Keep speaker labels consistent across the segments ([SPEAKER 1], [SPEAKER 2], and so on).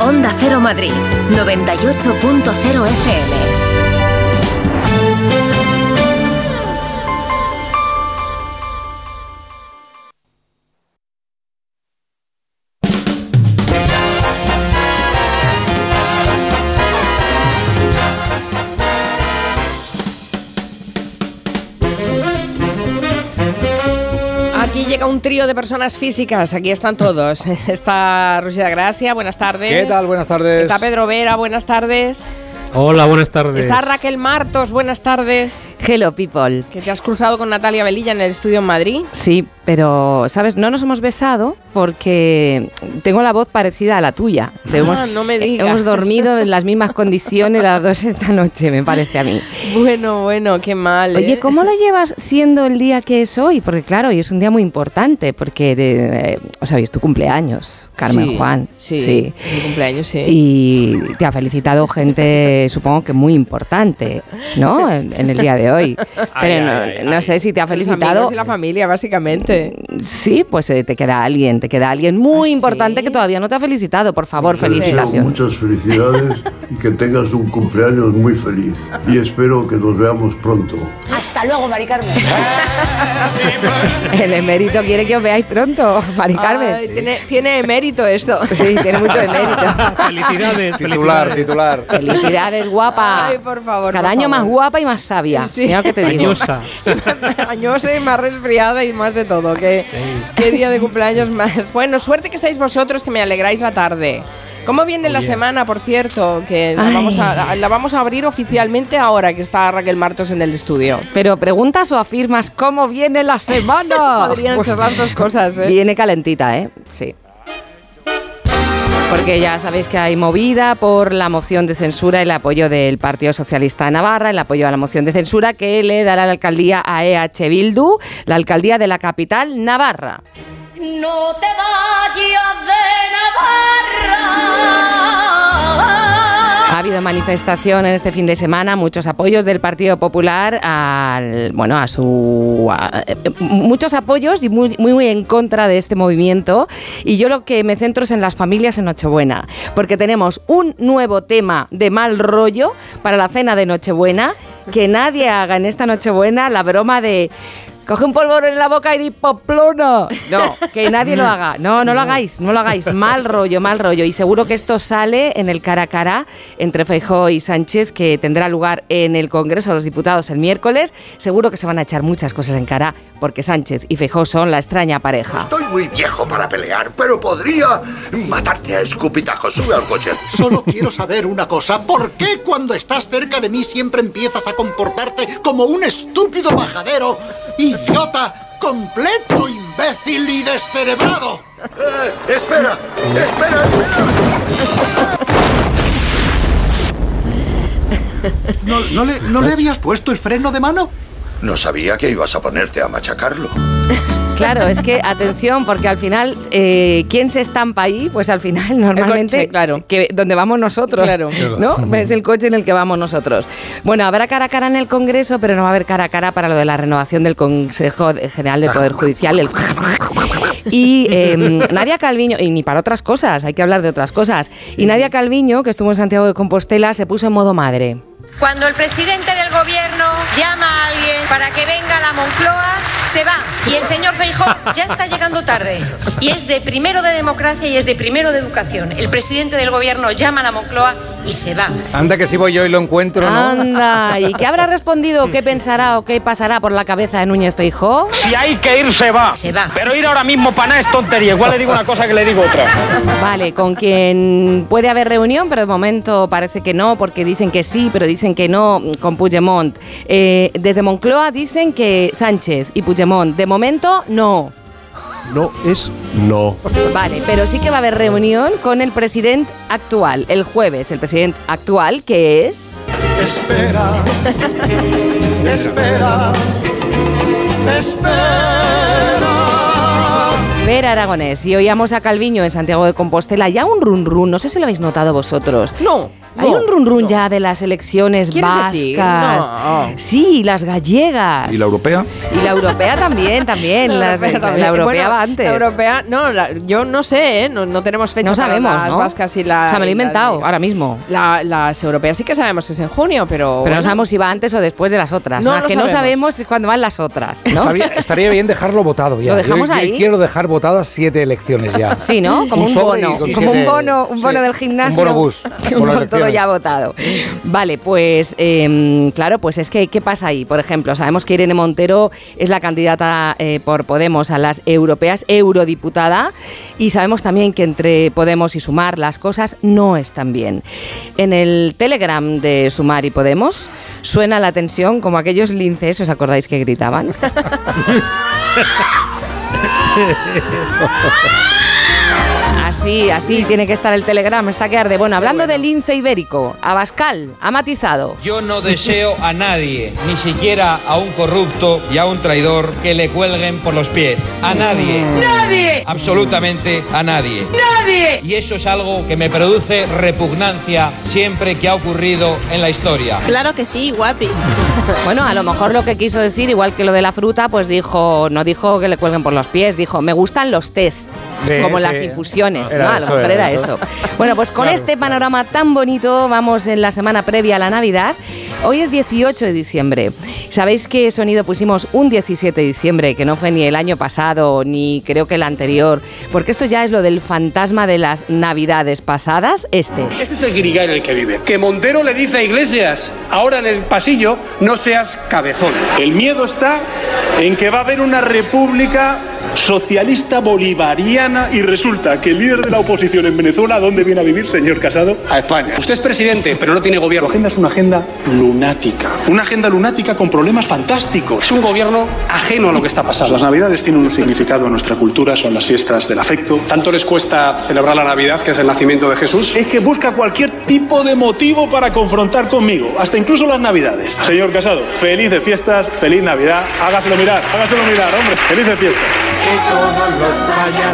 [SPEAKER 1] Onda Cero Madrid, 98.0 FM.
[SPEAKER 2] Aquí llega un trío de personas físicas, aquí están todos. Está Rosita Gracia, buenas tardes.
[SPEAKER 3] ¿Qué tal? Buenas tardes.
[SPEAKER 2] Está Pedro Vera, buenas tardes.
[SPEAKER 4] Hola, buenas tardes.
[SPEAKER 2] Está Raquel Martos, buenas tardes.
[SPEAKER 5] Hello, people.
[SPEAKER 2] Que te has cruzado con Natalia Velilla en el estudio en Madrid.
[SPEAKER 5] Sí, pero, ¿sabes? No nos hemos besado porque tengo la voz parecida a la tuya.
[SPEAKER 2] Ah,
[SPEAKER 5] Hemos-
[SPEAKER 2] no me digas.
[SPEAKER 5] Hemos dormido en las mismas condiciones las dos esta noche, me parece a mí.
[SPEAKER 2] Bueno, bueno, qué mal.
[SPEAKER 5] Oye,
[SPEAKER 2] ¿eh?
[SPEAKER 5] ¿cómo lo llevas siendo el día que es hoy? Porque claro, hoy es un día muy importante, porque, de- eh, o sea, hoy es tu cumpleaños, Carmen
[SPEAKER 2] Sí,
[SPEAKER 5] Juan.
[SPEAKER 2] Sí,
[SPEAKER 5] sí.
[SPEAKER 2] Mi cumpleaños, sí.
[SPEAKER 5] Y te ha felicitado gente, supongo que muy importante, ¿no? En, en el día de hoy. Pero no, no sé si te ha
[SPEAKER 2] Los
[SPEAKER 5] felicitado.
[SPEAKER 2] amigos y la familia, básicamente.
[SPEAKER 5] Sí, pues eh, te queda alguien, te queda alguien muy
[SPEAKER 2] ¿Ah,
[SPEAKER 5] importante
[SPEAKER 2] sí?
[SPEAKER 5] que todavía no te ha felicitado. Por favor,
[SPEAKER 6] Te deseo
[SPEAKER 5] felicitación.
[SPEAKER 6] Muchas felicidades y que tengas un cumpleaños muy feliz. Y espero que nos veamos pronto.
[SPEAKER 7] Hasta luego, Mari Carmen.
[SPEAKER 5] El emérito quiere que os veáis pronto, Mari
[SPEAKER 2] Ay,
[SPEAKER 5] Carmen.
[SPEAKER 2] tiene, tiene mérito esto.
[SPEAKER 5] Sí, tiene mucho emérito.
[SPEAKER 4] Felicidades,
[SPEAKER 3] Titular,
[SPEAKER 4] felicidades.
[SPEAKER 3] titular.
[SPEAKER 5] Felicidades, guapa.
[SPEAKER 2] Ay, por favor,
[SPEAKER 5] Cada
[SPEAKER 2] por
[SPEAKER 5] año
[SPEAKER 2] favor.
[SPEAKER 5] más guapa y más sabia.
[SPEAKER 2] Sí.
[SPEAKER 5] Mira lo que te digo.
[SPEAKER 4] Añosa.
[SPEAKER 2] Añosa y más resfriada y más de todo. ¿Qué, qué día de cumpleaños más. Bueno, suerte que estáis vosotros, que me alegráis la tarde. ¿Cómo viene la semana, por cierto? Que la
[SPEAKER 5] Ay.
[SPEAKER 2] vamos, a, la vamos a abrir oficialmente ahora que está Raquel Martos en el estudio.
[SPEAKER 5] Pero preguntas o afirmas cómo viene la semana.
[SPEAKER 2] Podrían
[SPEAKER 5] Pues
[SPEAKER 2] ser las dos cosas, ¿eh?
[SPEAKER 5] Viene calentita, ¿eh? Sí. Porque ya sabéis que hay movida por la moción de censura, el apoyo del Partido Socialista de Navarra, el apoyo a la moción de censura que le dará la alcaldía a EH Bildu, la alcaldía de la capital Navarra.
[SPEAKER 7] No te vayas de Navarra.
[SPEAKER 5] Ha habido manifestación en este fin de semana, muchos apoyos del Partido Popular al, bueno, a su a- eh, muchos apoyos y muy, muy muy en contra de este movimiento y yo lo que me centro es en las familias en Nochebuena, porque tenemos un nuevo tema de mal rollo para la cena de Nochebuena, que nadie haga en esta Nochebuena la broma de Coge un polvorón en la boca y di poplona. No, que nadie lo haga. No, no lo hagáis, no lo hagáis. Mal rollo, mal rollo. Y seguro que esto sale en el cara a cara entre Feijó y Sánchez, que tendrá lugar en el Congreso de los Diputados el miércoles. Seguro que se van a echar muchas cosas en cara, porque Sánchez y Feijó son la extraña pareja.
[SPEAKER 8] Estoy muy viejo para pelear, pero podría matarte a escupitajos. Sube al coche.
[SPEAKER 9] Solo quiero saber una cosa. ¿Por qué cuando estás cerca de mí siempre empiezas a comportarte como un estúpido majadero, idiota, completo imbécil y descerebrado?
[SPEAKER 8] Eh, espera, espera, espera.
[SPEAKER 9] ¿No, no le, ¿No le habías puesto el freno de mano?
[SPEAKER 8] Eh. No sabía que ibas a ponerte a machacarlo.
[SPEAKER 5] Claro, es que atención, porque al final, eh, ¿quién se estampa ahí? Pues al final, normalmente,
[SPEAKER 2] coche, claro.
[SPEAKER 5] que, donde vamos nosotros.
[SPEAKER 2] Claro.
[SPEAKER 5] ¿no? Es el coche en el que vamos nosotros. Bueno, habrá cara a cara en el Congreso, pero no va a haber cara a cara para lo de la renovación del Consejo General del Poder Judicial. el- Y eh, Nadia Calviño, y ni para otras cosas, hay que hablar de otras cosas. Y Nadia Calviño, que estuvo en Santiago de Compostela, se puso en modo madre.
[SPEAKER 10] Cuando el presidente del gobierno llama a alguien para que venga a la Moncloa, se va. Y el señor Feijó ya está llegando tarde. Y es de primero de democracia y es de primero de educación. El presidente del gobierno llama a la Moncloa y se va.
[SPEAKER 3] Anda que si voy yo y lo encuentro, ¿no?
[SPEAKER 5] Anda, ¿y qué habrá respondido? ¿Qué pensará o qué pasará por la cabeza de Núñez Feijó?
[SPEAKER 11] Si hay que ir, se va.
[SPEAKER 10] Se va.
[SPEAKER 11] Pero ir ahora mismo para nada es tontería. Igual le digo una cosa que le digo otra.
[SPEAKER 5] Vale, con quien puede haber reunión, pero de momento parece que no, porque dicen que sí, pero dicen que no con Puigdemont. Eh, desde Moncloa dicen que Sánchez y Puigdemont, de momento no.
[SPEAKER 9] No es no.
[SPEAKER 5] Vale, pero sí que va a haber reunión con el presidente actual, el jueves, el presidente actual, que es...
[SPEAKER 9] Espera. Espera. Espera.
[SPEAKER 5] Ver Aragonés. Y oíamos a Calviño en Santiago de Compostela, ya un run run, no sé si lo habéis notado vosotros.
[SPEAKER 2] No.
[SPEAKER 5] Hay un run run ya de las elecciones
[SPEAKER 2] ¿Quieres
[SPEAKER 5] vascas.
[SPEAKER 2] decir? No.
[SPEAKER 5] Sí, las gallegas.
[SPEAKER 12] ¿Y la europea?
[SPEAKER 5] Y la europea también, también. las- La europea,
[SPEAKER 2] Bueno,
[SPEAKER 5] va antes.
[SPEAKER 2] La europea, no, la- yo no sé, ¿eh? no, no tenemos fecha.
[SPEAKER 5] No
[SPEAKER 2] para
[SPEAKER 5] sabemos,
[SPEAKER 2] las
[SPEAKER 5] ¿no?
[SPEAKER 2] vascas y la-
[SPEAKER 5] O sea, me lo he
[SPEAKER 2] y la-
[SPEAKER 5] inventado ahora mismo.
[SPEAKER 2] la- las europeas sí que sabemos que es en junio, pero.
[SPEAKER 5] Pero no sabemos si va antes o después de las otras.
[SPEAKER 2] No
[SPEAKER 5] Las
[SPEAKER 2] lo
[SPEAKER 5] que no
[SPEAKER 2] sabemos.
[SPEAKER 5] sabemos es cuando van las otras, ¿no?
[SPEAKER 3] Estaría, estaría bien dejarlo votado ya.
[SPEAKER 5] ¿Lo dejamos
[SPEAKER 3] Yo- yo
[SPEAKER 5] ahí?
[SPEAKER 3] quiero dejar votadas siete elecciones ya.
[SPEAKER 5] Sí, ¿no? Como un,
[SPEAKER 3] sobre y
[SPEAKER 5] bono.
[SPEAKER 3] con
[SPEAKER 5] Como un
[SPEAKER 3] siete-
[SPEAKER 5] bono, un bono
[SPEAKER 3] sí,
[SPEAKER 5] del gimnasio.
[SPEAKER 3] Un bono bus. con las
[SPEAKER 5] todo
[SPEAKER 3] elecciones.
[SPEAKER 5] ya votado. Vale, pues eh, claro, pues es que, ¿qué pasa ahí? Por ejemplo, sabemos que Irene Montero es la candidata eh, por Podemos a las europeas, eurodiputada, y sabemos también que entre Podemos y Sumar las cosas no están bien. En el Telegram de Sumar y Podemos suena la tensión como aquellos linces, ¿os acordáis que gritaban? Así, así tiene que estar el telegrama, está que arde. Bueno, hablando del lince ibérico, Abascal ha matizado.
[SPEAKER 13] Yo no deseo a nadie, ni siquiera a un corrupto y a un traidor, que le cuelguen por los pies. A nadie.
[SPEAKER 14] ¡Nadie!
[SPEAKER 13] Absolutamente a nadie.
[SPEAKER 14] ¡Nadie!
[SPEAKER 13] Y eso es algo que me produce repugnancia siempre que ha ocurrido en la historia.
[SPEAKER 5] Claro que sí, guapi. Bueno, a lo mejor lo que quiso decir, igual que lo de la fruta, pues dijo, no dijo que le cuelguen por los pies, dijo, me gustan los tés,
[SPEAKER 15] Sí,
[SPEAKER 5] como
[SPEAKER 15] sí.
[SPEAKER 5] las infusiones,
[SPEAKER 15] Era
[SPEAKER 5] ¿no? A
[SPEAKER 15] eso,
[SPEAKER 5] lo mejor
[SPEAKER 15] era
[SPEAKER 5] era
[SPEAKER 15] eso.
[SPEAKER 5] eso. Bueno, pues con
[SPEAKER 15] Claro,
[SPEAKER 5] este panorama tan bonito vamos en la semana previa a la Navidad. Hoy es 18 de diciembre. ¿Sabéis qué sonido pusimos un 17 de diciembre, que no fue ni el año pasado, ni creo que el anterior? Porque esto ya es lo del fantasma de las Navidades pasadas, este.
[SPEAKER 16] Ese es el guirigay en el que vive. Que Montero le dice a Iglesias, ahora en el pasillo, no seas cabezón.
[SPEAKER 17] El miedo está en que va a haber una república socialista bolivariana y resulta que el líder de la oposición en Venezuela, ¿a dónde viene a vivir, señor Casado?
[SPEAKER 16] A España. Usted es presidente, pero no tiene gobierno.
[SPEAKER 17] Su agenda es una agenda lunática. Una agenda lunática con problemas fantásticos.
[SPEAKER 16] Es un gobierno ajeno a lo que está pasando.
[SPEAKER 17] Las navidades tienen un significado en nuestra cultura, son las fiestas del afecto.
[SPEAKER 16] Tanto les cuesta celebrar la Navidad, que es el nacimiento de Jesús.
[SPEAKER 17] Es que busca cualquier tipo de motivo para confrontar conmigo, hasta incluso las navidades. Señor Casado, felices fiestas, feliz Navidad. Hágaselo mirar, hágaselo mirar, hombre. Felices fiestas.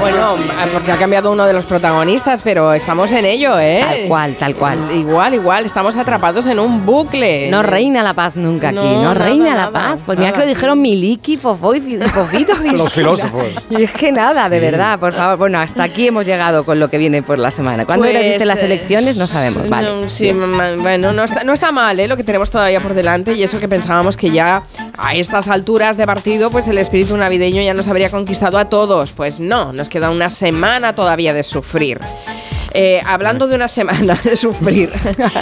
[SPEAKER 2] Bueno,
[SPEAKER 5] eh,
[SPEAKER 2] ah, porque ha cambiado uno de los protagonistas, pero estamos en ello, ¿eh?
[SPEAKER 5] Tal cual, tal cual.
[SPEAKER 2] Igual, igual, estamos atrapados en un bucle.
[SPEAKER 5] No reina la paz nunca aquí,
[SPEAKER 2] Eh, No,
[SPEAKER 5] no,
[SPEAKER 2] nada,
[SPEAKER 5] reina
[SPEAKER 2] nada,
[SPEAKER 5] la paz. Pues mira que lo dijeron Miliki, Fofo y Fi- Fofito. y
[SPEAKER 3] Los
[SPEAKER 5] Sara.
[SPEAKER 3] filósofos.
[SPEAKER 5] Y es que nada, de
[SPEAKER 3] Sí.
[SPEAKER 5] verdad, por favor. Bueno, hasta aquí hemos llegado con lo que viene por la semana. ¿Cuándo
[SPEAKER 2] Pues,
[SPEAKER 5] era dice las
[SPEAKER 2] eh,
[SPEAKER 5] elecciones? No sabemos, vale.
[SPEAKER 2] No, sí, ma- bueno, no está, no está mal ¿eh? lo que tenemos todavía por delante y eso que pensábamos que ya a estas alturas de partido, pues el espíritu navideño ya nos habría conquistado a todos. Pues no, nos queda una semana todavía de sufrir. Eh, hablando de una semana de sufrir,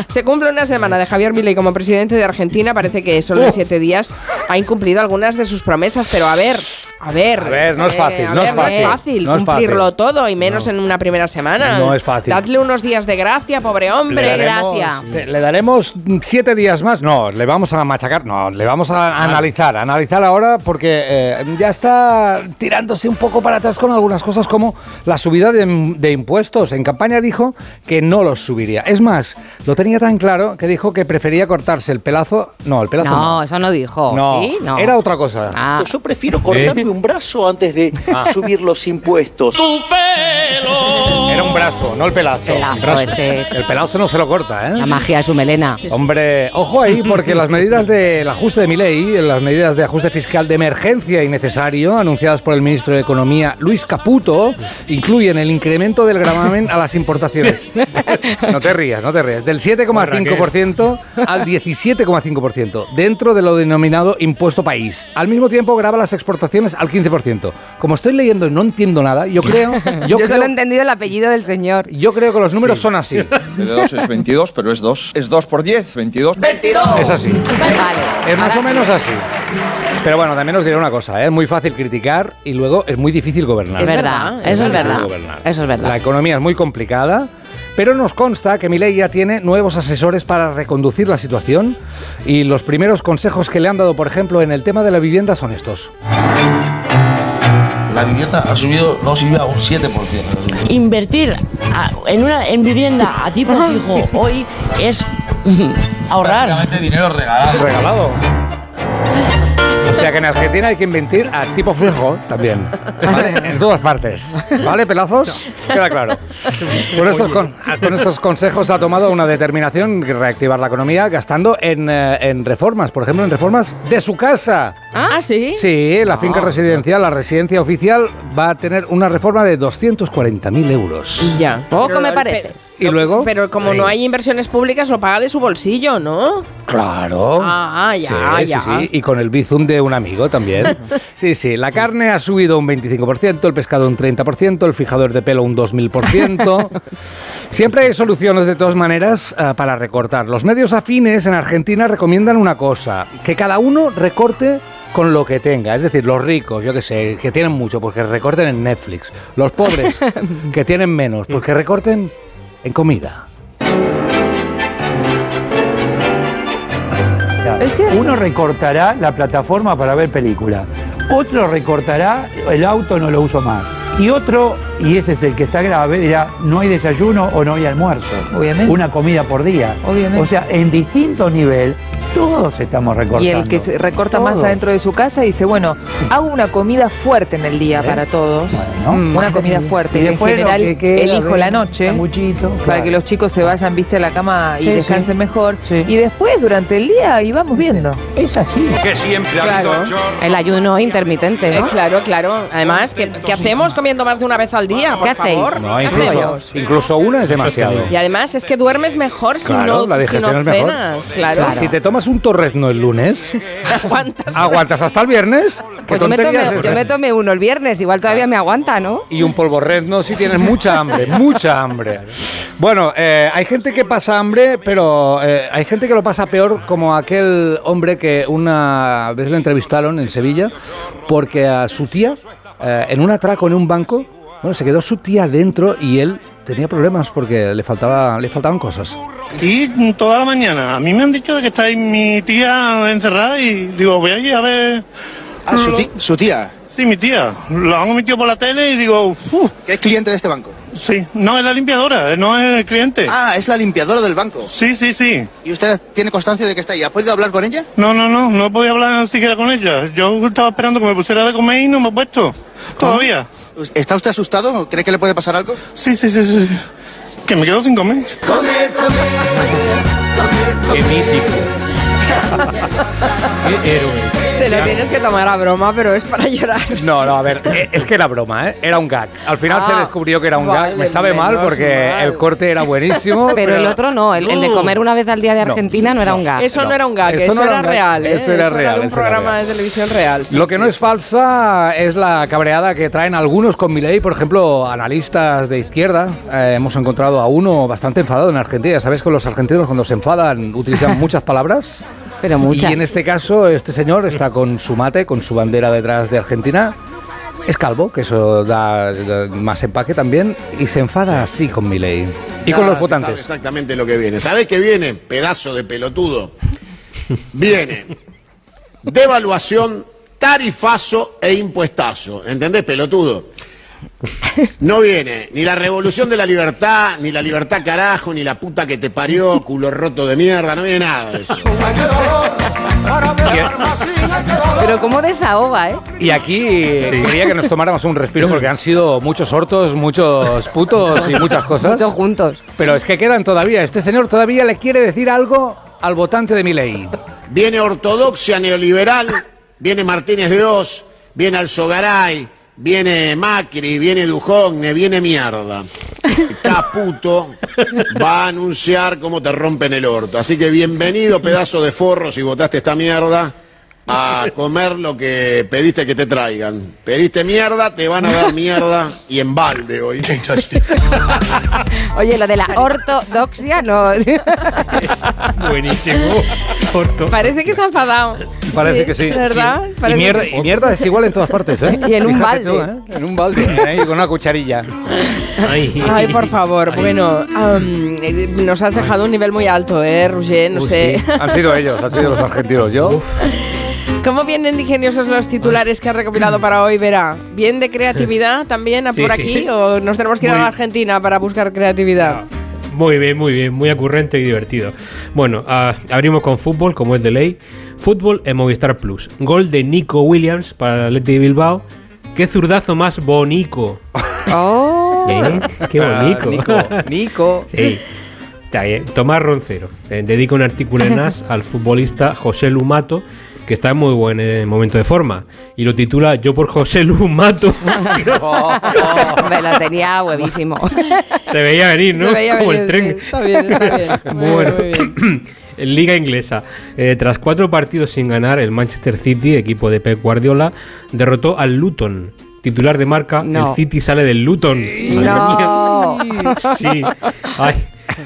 [SPEAKER 2] se cumple una semana de Javier Milei como presidente de Argentina. Parece que solo en siete días ha incumplido algunas de sus promesas, pero a ver, a ver, eh,
[SPEAKER 3] A ver, no es fácil,
[SPEAKER 2] a
[SPEAKER 3] no
[SPEAKER 2] ver,
[SPEAKER 3] es fácil, no es
[SPEAKER 2] cumplirlo
[SPEAKER 3] fácil.
[SPEAKER 2] todo y menos en una primera semana.
[SPEAKER 3] No es fácil.
[SPEAKER 2] Dadle unos días de gracia, pobre hombre.
[SPEAKER 3] Le daremos- te- Le daremos siete días más. No, le vamos a machacar. No, le vamos a analizar. Analizar ahora porque eh, ya está tirándose un poco para atrás con algunas cosas como la subida de, de impuestos. En campaña dijo que no los subiría. Es más, lo tenía tan claro que dijo que prefería cortarse el pelazo. No, el pelazo.
[SPEAKER 5] No,
[SPEAKER 3] No,
[SPEAKER 5] eso no dijo.
[SPEAKER 3] No,
[SPEAKER 5] ¿sí? No. Ah.
[SPEAKER 3] era otra cosa.
[SPEAKER 18] Pues yo prefiero cortarme
[SPEAKER 19] ¿Eh?
[SPEAKER 18] un brazo antes de
[SPEAKER 3] Ah.
[SPEAKER 18] subir los impuestos.
[SPEAKER 3] Era un brazo, no el pelazo.
[SPEAKER 5] Pelazo
[SPEAKER 3] el, brazo.
[SPEAKER 5] ese.
[SPEAKER 3] El pelazo no se lo corta, ¿eh?
[SPEAKER 5] La magia de su melena.
[SPEAKER 3] Hombre, ojo ahí, porque las medidas del ajuste de Milei, las medidas de ajuste fiscal de emergencia y necesario, anunciadas por el ministro de Economía Luis Caputo, incluyen el incremento del gravamen a las importaciones. No te rías, no te rías. Del 7,5% al 17,5%, dentro de lo denominado impuesto país. Al mismo tiempo, graba las exportaciones al 15%. Como estoy leyendo y no entiendo nada, yo creo.
[SPEAKER 5] Yo,
[SPEAKER 3] Yo, creo,
[SPEAKER 5] solo he entendido el apellido del señor.
[SPEAKER 3] yo creo que los números son así.
[SPEAKER 20] Oh.
[SPEAKER 12] De 2 es 22, pero es 2. Es 2 por 10, 22.
[SPEAKER 3] ¡22! Es así.
[SPEAKER 5] Vale.
[SPEAKER 3] Es más o
[SPEAKER 5] ahora sí. ¿eh?
[SPEAKER 3] menos así. Pero bueno, también os diré una cosa, ¿eh? es muy fácil criticar y luego es muy difícil gobernar.
[SPEAKER 5] Es verdad, eso es
[SPEAKER 3] muy difícil
[SPEAKER 5] verdad.
[SPEAKER 3] gobernar.
[SPEAKER 5] Eso es verdad.
[SPEAKER 3] La economía es muy complicada, pero nos consta que Milei ya tiene nuevos asesores para reconducir la situación y los primeros consejos que le han dado, por ejemplo, en el tema de la vivienda son estos.
[SPEAKER 21] La vivienda ha subido, no subió a un 7%.
[SPEAKER 22] Invertir a- en una en vivienda a tipo fijo hoy es mm, ahorrar.
[SPEAKER 21] Prácticamente dinero regalado.
[SPEAKER 3] Regalado. sea que en Argentina hay que inventir a tipo fijo también. ¿Vale? En todas partes. ¿Vale, pelazos? Queda claro. Con estos, con- con estos consejos ha tomado una determinación que reactivar la economía gastando en, eh, en reformas, por ejemplo, en reformas de su casa.
[SPEAKER 2] Ah, sí.
[SPEAKER 3] Sí, la finca residencial, la residencia oficial, va a tener una reforma de 240.000 euros.
[SPEAKER 2] Ya.
[SPEAKER 5] Poco me
[SPEAKER 2] Pero-
[SPEAKER 5] parece.
[SPEAKER 3] ¿Y luego?
[SPEAKER 2] Pero como no hay inversiones públicas, lo paga de su bolsillo, ¿no?
[SPEAKER 3] Claro.
[SPEAKER 2] Ah, ya,
[SPEAKER 3] Sí, sí,
[SPEAKER 2] ya.
[SPEAKER 3] sí. Y con el bizum de un amigo también. Sí, sí. La carne ha subido un 25%, el pescado un 30%, el fijador de pelo un 2000%. Siempre hay soluciones de todas maneras ah, para recortar. Los medios afines en Argentina recomiendan una cosa, que cada uno recorte con lo que tenga, es decir, los ricos, yo que sé, que tienen mucho, porque recorten en Netflix, los pobres, que tienen menos, porque recorten en comida.
[SPEAKER 19] Uno recortará la plataforma para ver película. Otro recortará el auto no lo uso más. Y otro, y ese es el que está grave, dirá no hay desayuno o no hay almuerzo.
[SPEAKER 23] Obviamente.
[SPEAKER 19] Una comida por día.
[SPEAKER 23] Obviamente.
[SPEAKER 19] O sea, en distintos niveles, todos estamos
[SPEAKER 23] Y
[SPEAKER 19] recortando.
[SPEAKER 23] el que se recorta más
[SPEAKER 19] Todos.
[SPEAKER 23] adentro de su casa dice, bueno, hago una comida fuerte en el día
[SPEAKER 19] ¿Ves?
[SPEAKER 23] para todos.
[SPEAKER 19] Bueno.
[SPEAKER 23] una comida fuerte.
[SPEAKER 19] Y
[SPEAKER 23] Y en
[SPEAKER 19] después lo
[SPEAKER 23] general
[SPEAKER 19] que queda,
[SPEAKER 23] elijo la
[SPEAKER 19] ¿ves?
[SPEAKER 23] noche para
[SPEAKER 19] claro.
[SPEAKER 23] que los chicos se vayan, viste, a la cama y
[SPEAKER 19] Sí,
[SPEAKER 23] descansen
[SPEAKER 19] sí.
[SPEAKER 23] mejor. Y después, durante el día, y vamos viendo.
[SPEAKER 19] Es así.
[SPEAKER 24] Que siempre
[SPEAKER 2] Claro.
[SPEAKER 5] El ayuno intermitente,
[SPEAKER 2] Eh,
[SPEAKER 5] ¿no?
[SPEAKER 2] claro, claro. Además, ¿qué, qué hacemos comiendo más de una vez al día? por
[SPEAKER 5] ¿Qué hacéis?
[SPEAKER 2] favor.
[SPEAKER 3] No, incluso, incluso una es demasiado.
[SPEAKER 2] Y además es que duermes mejor si
[SPEAKER 3] Claro,
[SPEAKER 2] no,
[SPEAKER 3] la
[SPEAKER 2] si
[SPEAKER 3] digestión
[SPEAKER 2] no
[SPEAKER 3] es mejor.
[SPEAKER 2] cenas, claro.
[SPEAKER 3] Si te tomas un torrezno el lunes,
[SPEAKER 2] aguantas.
[SPEAKER 3] aguantas hasta el viernes. ¿Qué
[SPEAKER 5] Pues yo me, tomé,
[SPEAKER 3] tonterías es
[SPEAKER 5] yo me
[SPEAKER 3] esa?
[SPEAKER 5] tomé uno el viernes, igual todavía me aguanta, ¿no?
[SPEAKER 3] Y un polvorrezno si tienes mucha hambre, mucha hambre. Bueno, eh, hay gente que pasa hambre, pero eh, hay gente que lo pasa peor, como aquel hombre que una vez le entrevistaron en Sevilla, porque a su tía, eh, en un atraco en un banco, bueno, se quedó su tía dentro y él tenía problemas porque le, faltaba, le faltaban cosas.
[SPEAKER 25] Y toda la mañana. A mí me han dicho de que está ahí mi tía encerrada y digo, voy allí a ver.
[SPEAKER 8] Ah, su ti-
[SPEAKER 25] su tía? Sí, mi tía. La han metido por la tele y digo, ¿Es cliente de este banco? Sí, no, es la limpiadora, no es el cliente.
[SPEAKER 8] Ah, es la limpiadora del banco.
[SPEAKER 25] Sí, sí, sí.
[SPEAKER 8] ¿Y usted tiene constancia de que está ahí? ¿Ha podido hablar con ella?
[SPEAKER 25] No, no, no, no podía hablar siquiera con ella. Yo estaba esperando que me pusiera de comer y no me ha puesto. Todavía. ¿Está usted asustado? ¿Cree que le puede pasar algo? Sí, sí, sí, sí. Que me quedo sin comer.
[SPEAKER 26] Qué mítico.
[SPEAKER 3] Qué héroe.
[SPEAKER 2] Te lo tienes que tomar a broma, pero es para llorar.
[SPEAKER 3] No, no, a ver, eh, es que era broma, ¿eh? Era un gag. Al final se
[SPEAKER 2] Ah,
[SPEAKER 3] descubrió que era un
[SPEAKER 2] vale,
[SPEAKER 3] gag. Me sabe mal
[SPEAKER 2] menos
[SPEAKER 3] porque
[SPEAKER 2] mal.
[SPEAKER 3] el corte era buenísimo.
[SPEAKER 5] Pero, el otro no, el, el de comer una vez al día de
[SPEAKER 3] Uh. No.
[SPEAKER 5] Argentina no, era un gag.
[SPEAKER 2] Eso no, era un gag,
[SPEAKER 3] Eso
[SPEAKER 2] eso,
[SPEAKER 3] no
[SPEAKER 2] era,
[SPEAKER 3] era un gag,
[SPEAKER 2] real. ¿eh?
[SPEAKER 3] eso era real,
[SPEAKER 2] de un
[SPEAKER 3] eso era
[SPEAKER 2] programa
[SPEAKER 3] real.
[SPEAKER 2] de televisión real. sí,
[SPEAKER 3] Lo que
[SPEAKER 2] sí.
[SPEAKER 3] no es falsa es la cabreada que traen algunos con Milei, por ejemplo, analistas de izquierda. Eh, hemos encontrado a uno bastante enfadado en Argentina. Sabes que los argentinos cuando se enfadan utilizan muchas palabras.
[SPEAKER 5] Pero muchas.
[SPEAKER 3] Y en este caso, este señor está con su mate, con su bandera detrás de Argentina. Es calvo, que eso da, da más empaque también, y se enfada así con Milei. Y con
[SPEAKER 9] Ah,
[SPEAKER 3] los
[SPEAKER 9] se
[SPEAKER 3] votantes.
[SPEAKER 9] sabe exactamente lo que viene. ¿Sabés qué viene? Pedazo de pelotudo. Viene devaluación, tarifazo e impuestazo. ¿Entendés, pelotudo? No viene ni la revolución de la libertad, ni la libertad carajo, ni la puta que te parió, culo roto de mierda, no viene nada de eso.
[SPEAKER 5] Pero cómo desahoga, ¿eh?
[SPEAKER 3] Y aquí quería que nos tomáramos un respiro porque han sido muchos hortos, muchos putos y muchas cosas.
[SPEAKER 5] Muchos juntos.
[SPEAKER 3] Pero es que quedan todavía. Este señor todavía le quiere decir algo al votante de mi ley.
[SPEAKER 9] Viene ortodoxia neoliberal, viene Martínez de Oz, viene Alzogaray, viene Macri, viene Dujogne, viene mierda. Caputo va a anunciar cómo te rompen el orto. Así que bienvenido, pedazo de forro, si votaste esta mierda, a comer lo que pediste que te traigan. Pediste mierda, te van a dar mierda y en balde hoy.
[SPEAKER 5] Oye, lo de la ortodoxia no.
[SPEAKER 9] Buenísimo.
[SPEAKER 2] Parece que está enfadado.
[SPEAKER 3] Parece que sí.
[SPEAKER 2] ¿Verdad?
[SPEAKER 3] Sí. Y,
[SPEAKER 2] Parece
[SPEAKER 3] mierda,
[SPEAKER 2] que-
[SPEAKER 3] y mierda es igual en todas partes, ¿eh?
[SPEAKER 2] Y en un
[SPEAKER 3] Fíjate
[SPEAKER 2] balde.
[SPEAKER 3] tú, ¿eh? En un balde, ahí con una cucharilla.
[SPEAKER 2] Ay, por favor. Bueno, am, eh, nos has dejado un nivel muy alto, ¿eh, Roger? No
[SPEAKER 3] Uy,
[SPEAKER 2] sé.
[SPEAKER 3] sí. Han sido ellos, han sido los argentinos. Yo.
[SPEAKER 2] ¿Cómo vienen de ingeniosos los titulares que has recopilado para hoy, Vera? ¿Bien de creatividad también a
[SPEAKER 26] Sí,
[SPEAKER 2] por
[SPEAKER 26] sí.
[SPEAKER 2] aquí? ¿O nos tenemos que ir a
[SPEAKER 26] Muy-
[SPEAKER 2] la Argentina para buscar creatividad?
[SPEAKER 11] Muy bien, muy bien, muy ocurrente y divertido. Bueno, ah, abrimos con fútbol, como es de ley. Fútbol en Movistar Plus. Gol de Nico Williams para el Athletic de Bilbao. ¡Qué zurdazo más bonico!
[SPEAKER 2] Oh.
[SPEAKER 11] ¿Eh? ¡Qué
[SPEAKER 5] Ah,
[SPEAKER 11] bonito!
[SPEAKER 3] ah, Nico.
[SPEAKER 11] Sí. Está bien. Tomás Roncero eh, dedica un artículo en AS al futbolista José Lumato, que está en muy buen eh, momento de forma, y lo titula Yo por José Lumato.
[SPEAKER 5] Me lo tenía huevísimo.
[SPEAKER 11] Se veía venir, ¿no?
[SPEAKER 5] Se veía
[SPEAKER 11] Como el
[SPEAKER 5] venir,
[SPEAKER 11] tren.
[SPEAKER 5] sí. Está bien, está bien. Muy
[SPEAKER 11] bueno.
[SPEAKER 5] bien,
[SPEAKER 11] En Liga inglesa, eh, tras cuatro partidos sin ganar, el Manchester City, equipo de Pep Guardiola, derrotó al Luton. Titular de marca,
[SPEAKER 5] No.
[SPEAKER 11] el City sale del Luton.
[SPEAKER 5] No.
[SPEAKER 11] Sí. Ay,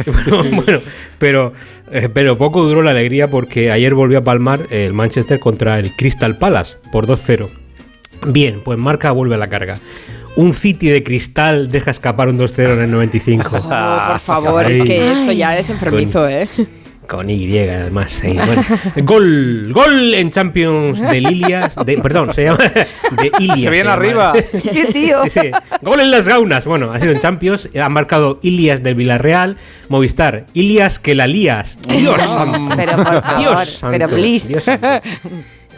[SPEAKER 11] bueno, bueno, pero, eh, pero poco duró la alegría porque ayer volvió a palmar el Manchester contra el Crystal Palace por 2-0. Bien, pues marca vuelve a la carga. Un City de cristal deja escapar un 2-0 en el 95.
[SPEAKER 3] Ah,
[SPEAKER 2] Ah, Oh, por favor, es que esto ya es enfermizo, ¿eh?
[SPEAKER 11] Con Y además. ahí, bueno. Gol, gol en Champions de Lilias. De, perdón, se llama. De Ilias.
[SPEAKER 3] Se viene
[SPEAKER 11] llama.
[SPEAKER 3] arriba.
[SPEAKER 5] ¡Qué tío!
[SPEAKER 11] Sí, sí. Gol en las gaunas. Bueno, ha sido en Champions. Ha marcado Ilias del Villarreal. Movistar. Ilias que la lías. Dios santo.
[SPEAKER 5] Pero por favor,
[SPEAKER 11] Dios
[SPEAKER 5] pero
[SPEAKER 11] santo,
[SPEAKER 5] please.
[SPEAKER 11] Dios santo.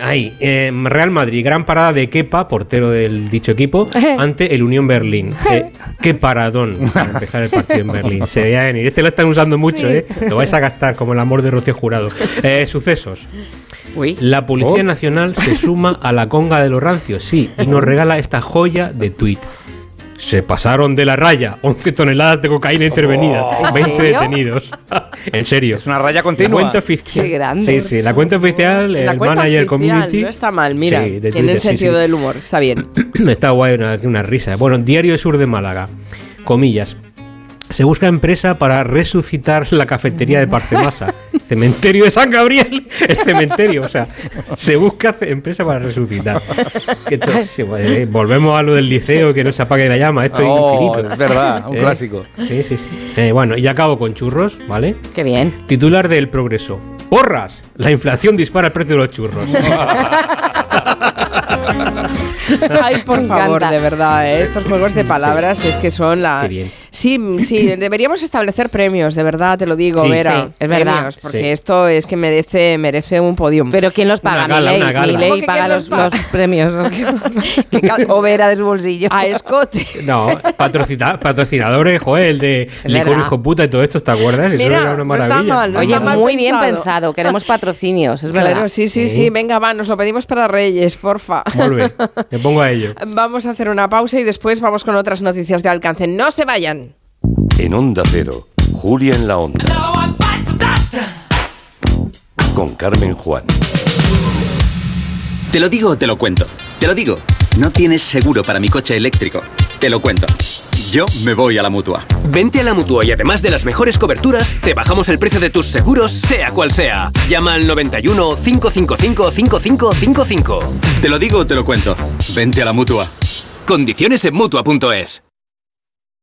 [SPEAKER 11] Ahí, eh, Real Madrid, gran parada de Kepa, portero del dicho equipo, ante el Unión Berlín. Eh, qué paradón para empezar el partido en Berlín. Se veía venir. Este lo están usando mucho,
[SPEAKER 27] Sí.
[SPEAKER 11] ¿eh? Lo vais a gastar como el amor de Rocío Jurado. Eh, sucesos. La Policía
[SPEAKER 27] Oh.
[SPEAKER 11] Nacional se suma a la conga de los rancios, sí, y nos regala esta joya de tuit. Se pasaron de la raya, 11 toneladas de cocaína intervenida,
[SPEAKER 3] Oh. ¿En
[SPEAKER 11] 20
[SPEAKER 3] serio?
[SPEAKER 11] detenidos. en serio. Es
[SPEAKER 3] una raya continua.
[SPEAKER 11] La cuenta oficial.
[SPEAKER 2] Qué grande.
[SPEAKER 11] Sí, sí, la cuenta oficial, el
[SPEAKER 2] La cuenta
[SPEAKER 11] manager
[SPEAKER 2] oficial
[SPEAKER 11] community.
[SPEAKER 2] no está mal, mira,
[SPEAKER 11] Sí, de
[SPEAKER 2] tiene
[SPEAKER 11] Twitter,
[SPEAKER 2] el
[SPEAKER 11] sí,
[SPEAKER 2] sentido
[SPEAKER 11] sí.
[SPEAKER 2] del humor, está bien.
[SPEAKER 11] Está guay, una, una risa. Bueno, Diario Sur de Málaga. Comillas. Se busca empresa para resucitar la cafetería de Parcemasa. Cementerio de San Gabriel. El cementerio, o sea, se busca ce- empresa para resucitar. Qué chorrísimo, eh. Volvemos a lo del liceo, que no se apague la llama. Esto
[SPEAKER 3] Oh,
[SPEAKER 11] es infinito.
[SPEAKER 3] es verdad, un
[SPEAKER 11] Eh,
[SPEAKER 3] clásico.
[SPEAKER 11] Sí, sí, sí. Eh, bueno, y acabo con churros, ¿vale?
[SPEAKER 5] Qué bien.
[SPEAKER 11] Titular del Progreso. ¡Porras! La inflación dispara el precio de los churros.
[SPEAKER 2] Ay, por
[SPEAKER 5] Me
[SPEAKER 2] favor,
[SPEAKER 5] encanta.
[SPEAKER 2] de verdad, ¿eh? estos juegos de palabras es que son la.
[SPEAKER 11] Qué bien.
[SPEAKER 2] Sí, sí, deberíamos establecer premios, de verdad, te lo digo,
[SPEAKER 5] Sí.
[SPEAKER 2] Vera.
[SPEAKER 5] Sí, es verdad.
[SPEAKER 2] Premios, porque
[SPEAKER 5] Sí.
[SPEAKER 2] esto es que merece, merece un podium.
[SPEAKER 5] Pero ¿quién los paga?
[SPEAKER 2] Una gala,
[SPEAKER 5] Milei.
[SPEAKER 2] una gala.
[SPEAKER 5] Milei
[SPEAKER 2] ¿Cómo que
[SPEAKER 5] paga
[SPEAKER 2] quién
[SPEAKER 5] los,
[SPEAKER 2] los paga?
[SPEAKER 5] los premios. ¿no? Que ca- o Vera de su bolsillo.
[SPEAKER 2] A escote.
[SPEAKER 11] No, patrocina- patrocinadores, joder, el de licor
[SPEAKER 5] verdad.
[SPEAKER 11] hijo puta y todo esto, ¿te acuerdas? Eso
[SPEAKER 2] Mira,
[SPEAKER 11] era una
[SPEAKER 2] no está
[SPEAKER 11] maravilla.
[SPEAKER 2] mal, no
[SPEAKER 5] Oye,
[SPEAKER 2] está mal
[SPEAKER 5] muy bien
[SPEAKER 2] pensado.
[SPEAKER 5] pensado. Queremos patrocinios, es verdad.
[SPEAKER 2] Claro, sí, sí, sí, Venga, va, nos lo pedimos para Reyes, porfa.
[SPEAKER 11] Molt bé, me pongo a ello.
[SPEAKER 2] Vamos a hacer una pausa y después vamos con otras noticias de alcance. No se vayan.
[SPEAKER 19] En Onda Cero, Julia en la Onda, con Carmen Juan.
[SPEAKER 28] Te lo digo o te lo cuento. Te lo digo. No tienes seguro para mi coche eléctrico. Te lo cuento. Yo me voy a la mutua.
[SPEAKER 16] Vente a la mutua y además de las mejores coberturas, te bajamos el precio de tus seguros, sea cual sea. Llama al 91 555 5555.
[SPEAKER 28] Te lo digo o te lo cuento. Vente a la mutua.
[SPEAKER 16] Condiciones en mutua.es.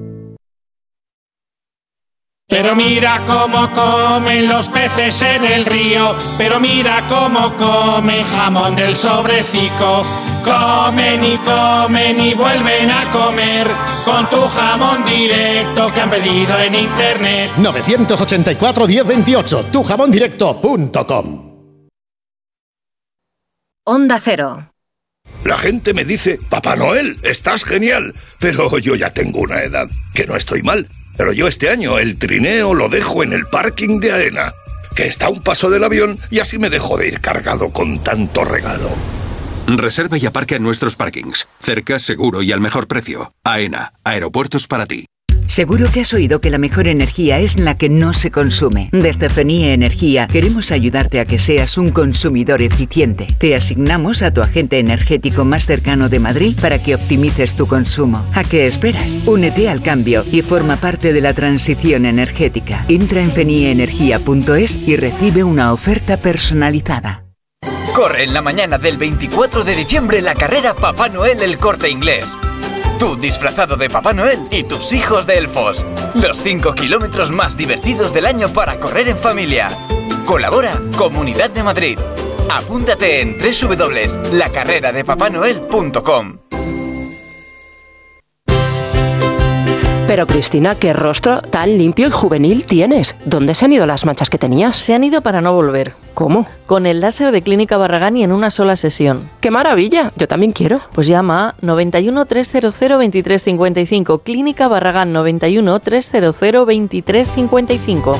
[SPEAKER 29] Pero mira cómo comen los peces en el río, pero mira cómo comen jamón del sobrecico. Comen y comen y vuelven a comer con tu jamón directo que han pedido en internet.
[SPEAKER 17] 984 1028, tujamondirecto.com.
[SPEAKER 3] Onda Cero.
[SPEAKER 22] La gente me dice, Papá Noel, estás genial, pero yo ya tengo una edad, que no estoy mal. Pero yo este año el trineo lo dejo en el parking de arena, que está a un paso del avión y así me dejo de ir cargado con tanto regalo.
[SPEAKER 30] Reserva y aparca en nuestros parkings. Cerca, seguro y al mejor precio. AENA, aeropuertos para ti.
[SPEAKER 23] Seguro que has oído que la mejor energía es la que no se consume. Desde FENIE Energía queremos ayudarte a que seas un consumidor eficiente. Te asignamos a tu agente energético más cercano de Madrid para que optimices tu consumo. ¿A qué esperas? Únete al cambio y forma parte de la transición energética. Entra en fenieenergia.es y recibe una oferta personalizada.
[SPEAKER 16] Corre en la mañana del 24 de diciembre la carrera Papá Noel El Corte Inglés. Tú disfrazado de Papá Noel y tus hijos de elfos. Los 5 kilómetros más divertidos del año para correr en familia. Colabora Comunidad de Madrid. Apúntate en www.lacarreradepapanoel.com.
[SPEAKER 8] Pero Cristina, qué rostro tan limpio y juvenil tienes. ¿Dónde se han ido las manchas que tenías?
[SPEAKER 31] Se han ido para no volver.
[SPEAKER 8] ¿Cómo?
[SPEAKER 31] Con el láser de Clínica Barragán y en una sola sesión.
[SPEAKER 8] ¡Qué maravilla! Yo también quiero.
[SPEAKER 31] Pues llama a 91 300 2355. Clínica Barragán 91 300 2355.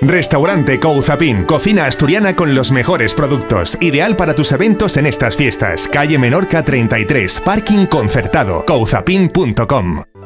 [SPEAKER 32] Restaurante Couzapin, cocina asturiana con los mejores productos, ideal para tus eventos en estas fiestas. Calle Menorca 33, parking concertado, couzapin.com.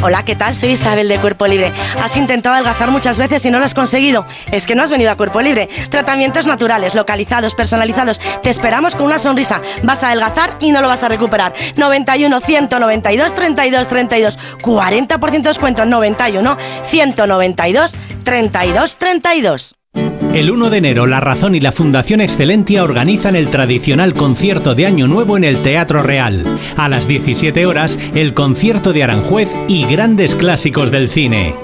[SPEAKER 33] Hola, ¿qué tal? Soy Isabel de Cuerpo Libre. Has intentado adelgazar muchas veces y no lo has conseguido. Es que no has venido a Cuerpo Libre. Tratamientos naturales, localizados, personalizados. Te esperamos con una sonrisa. Vas a adelgazar y no lo vas a recuperar. 91 192 32 32. 40% de descuento. 91 192 32 32.
[SPEAKER 34] El 1 de enero, La Razón y la Fundación Excelentia organizan el tradicional concierto de Año Nuevo en el Teatro Real. A las 17 horas, el concierto de Aranjuez y grandes clásicos del cine.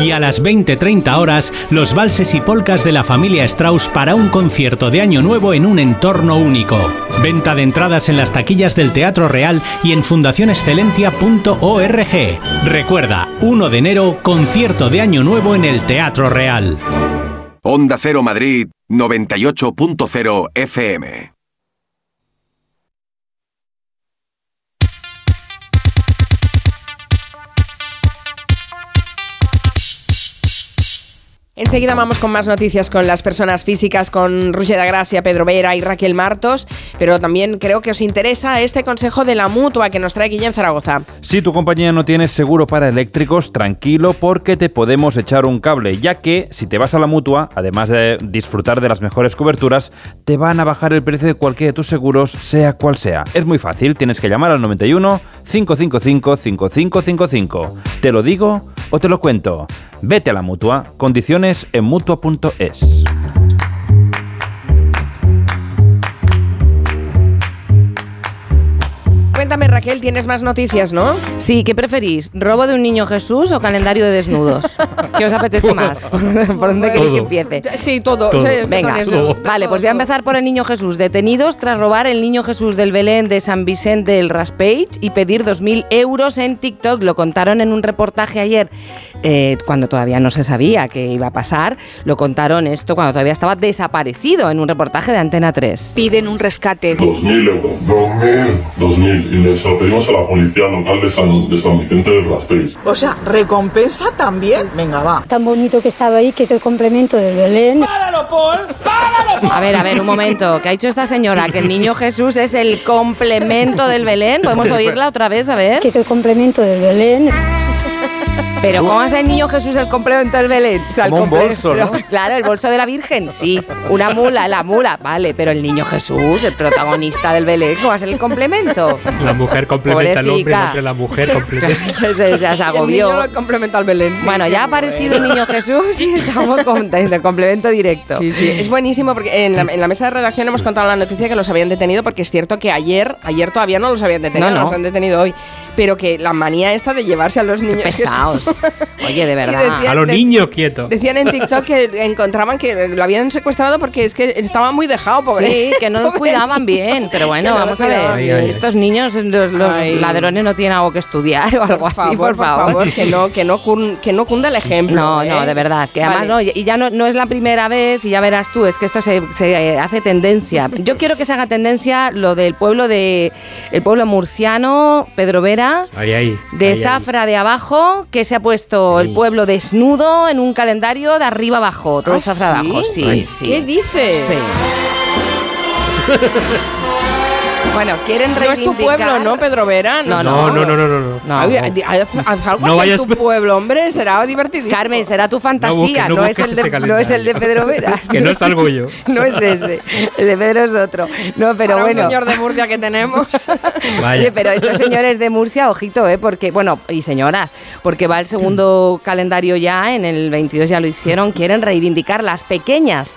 [SPEAKER 34] Y a las 20.30 horas, los valses y polcas de la familia Strauss para un concierto de Año Nuevo en un entorno único. Venta de entradas en las taquillas del Teatro Real y en fundacionexcelentia.org. Recuerda, 1 de enero, concierto de Año Nuevo en el Teatro Real.
[SPEAKER 30] Onda Cero Madrid 98.0 FM.
[SPEAKER 2] Enseguida vamos con más noticias con las personas físicas, con Ruge de Gracia, Pedro Vera y Raquel Martos, pero también creo que os interesa este consejo de la mutua que nos trae Guillén Zaragoza.
[SPEAKER 14] Si tu compañía no tiene seguro para eléctricos, tranquilo porque te podemos echar un cable, ya que si te vas a la mutua, además de disfrutar de las mejores coberturas, te van a bajar el precio de cualquiera de tus seguros, sea cual sea. Es muy fácil, tienes que llamar al 91 555 5555. Te lo digo o te lo cuento. Vete a la mutua, condiciones en mutua.es.
[SPEAKER 2] Cuéntame, Raquel, tienes más noticias, ¿no?
[SPEAKER 5] Sí, ¿qué preferís? ¿Robo de un niño Jesús o calendario de desnudos? ¿Qué os apetece más? ¿Por dónde queréis que empiece?
[SPEAKER 2] Sí, todo.
[SPEAKER 5] Todo.
[SPEAKER 2] Sí,
[SPEAKER 5] Venga,
[SPEAKER 2] con eso.
[SPEAKER 5] vale, pues voy a empezar por el niño Jesús. Detenidos tras robar el niño Jesús del Belén de San Vicente del Raspage y pedir 2.000 euros en TikTok. Lo contaron en un reportaje ayer, eh, cuando todavía no se sabía qué iba a pasar. Lo contaron esto cuando todavía estaba desaparecido en un reportaje de Antena 3.
[SPEAKER 4] Piden un rescate.
[SPEAKER 35] 2.000 euros. 2.000. Y les lo pedimos a la policía local de San, de San Vicente del Raspeis.
[SPEAKER 19] O sea, ¿recompensa también? Venga, va.
[SPEAKER 36] Tan bonito que estaba ahí, que es el complemento del Belén.
[SPEAKER 19] ¡Páralo, Paul! ¡Páralo, Paul!
[SPEAKER 5] A ver, a ver, un momento. ¿Qué ha dicho esta señora? Que el niño Jesús es el complemento del Belén. ¿Podemos oírla otra vez? A ver.
[SPEAKER 36] Que es el complemento del Belén.
[SPEAKER 5] Pero ¿cómo es el niño Jesús el complemento del Belén? O sea, el
[SPEAKER 14] Como un
[SPEAKER 5] comple-
[SPEAKER 14] bolso, ¿no?
[SPEAKER 5] Claro, el bolso de la Virgen, sí. Una mula, la mula, vale. Pero el niño Jesús, el protagonista del Belén, ¿cómo va a ser el complemento?
[SPEAKER 11] La mujer complementa al hombre, el
[SPEAKER 5] Pobrecita.
[SPEAKER 11] hombre a la mujer complementa.
[SPEAKER 5] se, se- se- se agobió.
[SPEAKER 2] El niño lo complementa al Belén. sí.
[SPEAKER 5] Bueno, ya ha aparecido el niño Jesús y estamos contentos. Complemento directo.
[SPEAKER 2] Sí, sí, es buenísimo porque en la, en la mesa de redacción hemos contado la noticia que los habían detenido porque es cierto que ayer, ayer todavía no los habían detenido,
[SPEAKER 5] No, no.
[SPEAKER 2] los han detenido hoy, pero que la manía esta de llevarse a los niños
[SPEAKER 5] Pesaos. Oye, de
[SPEAKER 2] Y
[SPEAKER 5] verdad.
[SPEAKER 2] decía-
[SPEAKER 11] A los
[SPEAKER 2] de-
[SPEAKER 11] niños quieto.
[SPEAKER 2] Decían en TikTok que encontraban que lo habían secuestrado porque es que estaba muy dejado, pobre.
[SPEAKER 5] Sí, que no los
[SPEAKER 2] Pobre
[SPEAKER 5] cuidaban bien, pero
[SPEAKER 2] Pues, Que
[SPEAKER 5] bueno,
[SPEAKER 2] no los
[SPEAKER 5] vamos a ver.
[SPEAKER 2] cuidaban
[SPEAKER 5] eh,
[SPEAKER 2] bien.
[SPEAKER 5] Estos niños, los, los
[SPEAKER 2] Ay.
[SPEAKER 5] ladrones no tienen algo que estudiar o algo
[SPEAKER 2] Por
[SPEAKER 5] así,
[SPEAKER 2] favor,
[SPEAKER 5] por favor.
[SPEAKER 2] que no, que no, cun- que no cunda el ejemplo.
[SPEAKER 5] No, no,
[SPEAKER 2] ¿eh?
[SPEAKER 5] de verdad. Que además,
[SPEAKER 2] Vale.
[SPEAKER 5] no, y y ya no, no es la primera vez, y ya verás tú, es que esto se, se hace tendencia. Yo quiero que se haga tendencia lo del pueblo de el pueblo murciano, Pedro Vera,
[SPEAKER 11] Ahí, ahí.
[SPEAKER 5] de
[SPEAKER 11] ahí, ahí.
[SPEAKER 5] Zafra de abajo, que se ha puesto el pueblo desnudo en un calendario de arriba abajo, todo
[SPEAKER 2] ¿Ah,
[SPEAKER 5] Zafra abajo,
[SPEAKER 2] sí?
[SPEAKER 5] sí,
[SPEAKER 2] Ay.
[SPEAKER 5] sí.
[SPEAKER 2] ¿Qué dices?
[SPEAKER 5] Sí. bueno, quieren
[SPEAKER 2] No es
[SPEAKER 5] reivindicar.
[SPEAKER 2] tu pueblo, ¿no, Pedro Vera?
[SPEAKER 5] No,
[SPEAKER 11] No, no, no, no, no. no.
[SPEAKER 5] No.
[SPEAKER 2] Ay, haz- haz- haz algo
[SPEAKER 11] No
[SPEAKER 2] así
[SPEAKER 11] vayas-
[SPEAKER 2] en tu pueblo, hombre, será divertidísimo.
[SPEAKER 5] Carmen, será tu
[SPEAKER 11] No busques-
[SPEAKER 5] fantasía,
[SPEAKER 11] no
[SPEAKER 5] no, es,
[SPEAKER 11] busques
[SPEAKER 5] el de,
[SPEAKER 11] ese
[SPEAKER 5] no es el de Pedro Vera.
[SPEAKER 11] Que no salgo yo.
[SPEAKER 5] No es ese, el de Pedro es otro. No, pero
[SPEAKER 2] Para
[SPEAKER 5] bueno.
[SPEAKER 2] un señor de Murcia que tenemos.
[SPEAKER 11] Vaya.
[SPEAKER 5] Oye, pero estos señores de Murcia, ojito, ¿eh? Porque, bueno, y señoras, porque va el segundo calendario ya, en el 22 ya lo hicieron, quieren reivindicar las pequeñas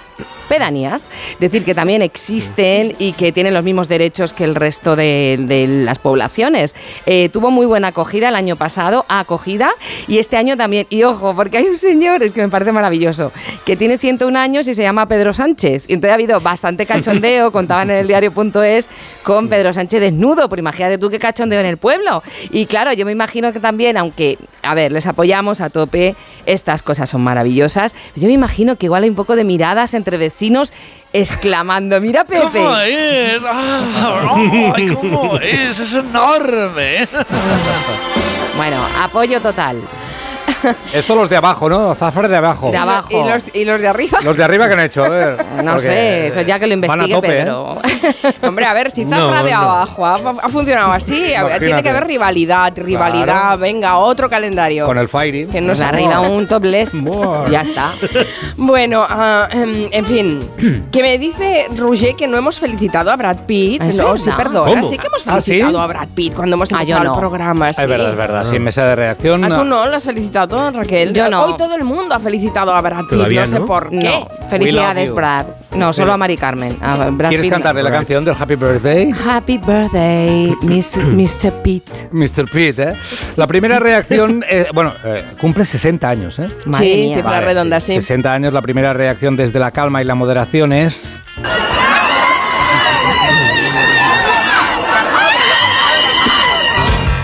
[SPEAKER 5] pedanías, decir que también existen y que tienen los mismos derechos que el resto de, de las poblaciones. Eh, tuvo muy buena acogida el año pasado, acogida, y este año también. Y ojo, porque hay un señor, es que me parece maravilloso, que tiene 101 años y se llama Pedro Sánchez. Y entonces ha habido bastante cachondeo, contaban en el diario.es, con Pedro Sánchez desnudo, pero imagínate tú qué cachondeo en el pueblo. Y claro, yo me imagino que también, aunque, a ver, les apoyamos a tope, estas cosas son maravillosas, yo me imagino que igual hay un poco de miradas entre vecinos exclamando, mira Pepe.
[SPEAKER 37] ¿Cómo
[SPEAKER 11] eh?
[SPEAKER 37] es? Ah, ay, ¿Cómo es? Es enorme.
[SPEAKER 5] Bueno, apoyo total.
[SPEAKER 3] Esto los de abajo, ¿no? Zafra de abajo.
[SPEAKER 5] De abajo.
[SPEAKER 2] ¿Y los, y los de arriba?
[SPEAKER 3] Los de arriba que han hecho, a ver.
[SPEAKER 5] No
[SPEAKER 3] Porque,
[SPEAKER 5] sé, eso ya que lo
[SPEAKER 3] van a
[SPEAKER 5] investigue
[SPEAKER 3] tope, ¿eh?
[SPEAKER 5] Pedro.
[SPEAKER 2] Hombre, a ver, si
[SPEAKER 3] No,
[SPEAKER 2] Zafra de
[SPEAKER 3] no.
[SPEAKER 2] abajo ha, ha funcionado así, a ver, tiene
[SPEAKER 3] Imagínate.
[SPEAKER 2] que haber rivalidad, rivalidad,
[SPEAKER 3] Claro.
[SPEAKER 2] venga, otro calendario.
[SPEAKER 3] Con el firing. Pues
[SPEAKER 2] Que no
[SPEAKER 5] Nos
[SPEAKER 2] se
[SPEAKER 5] arriba un topless.
[SPEAKER 3] Buah.
[SPEAKER 5] Ya está.
[SPEAKER 2] Bueno, ah, em, en fin, que me dice Roger que no hemos felicitado a Brad Pitt.
[SPEAKER 5] ¿Es
[SPEAKER 2] no,
[SPEAKER 5] verdad?
[SPEAKER 2] sí, perdona,
[SPEAKER 3] ¿Cómo?
[SPEAKER 2] sí que hemos
[SPEAKER 3] ¿Ah, sí?
[SPEAKER 2] felicitado a Brad Pitt cuando hemos
[SPEAKER 5] Ah, yo
[SPEAKER 2] empezado
[SPEAKER 5] no.
[SPEAKER 2] el programa. sí.
[SPEAKER 3] Es verdad, es verdad. Sí, mesa de redacción.
[SPEAKER 2] Ah, tú no lo has felicitado, Raquel.
[SPEAKER 5] Yo no.
[SPEAKER 2] Hoy todo el mundo ha felicitado a Brad Pitt,
[SPEAKER 3] Todavía
[SPEAKER 2] no sé
[SPEAKER 3] no.
[SPEAKER 2] por qué.
[SPEAKER 5] No, felicidades,
[SPEAKER 3] you.
[SPEAKER 5] Brad. No, solo a Mari Carmen. A Brad
[SPEAKER 3] ¿Quieres
[SPEAKER 5] Pitt no.
[SPEAKER 3] cantarle la canción del Happy Birthday?
[SPEAKER 5] Happy birthday, Miss- Mr. Pitt.
[SPEAKER 3] Mr. Pete, ¿eh? La primera reacción, eh, bueno, eh, cumple 60 años, ¿eh?
[SPEAKER 5] Madre
[SPEAKER 2] sí,
[SPEAKER 5] mía.
[SPEAKER 2] cifra
[SPEAKER 3] Vale,
[SPEAKER 2] redonda, sí.
[SPEAKER 3] 60 años, la primera reacción desde la calma y la moderación es...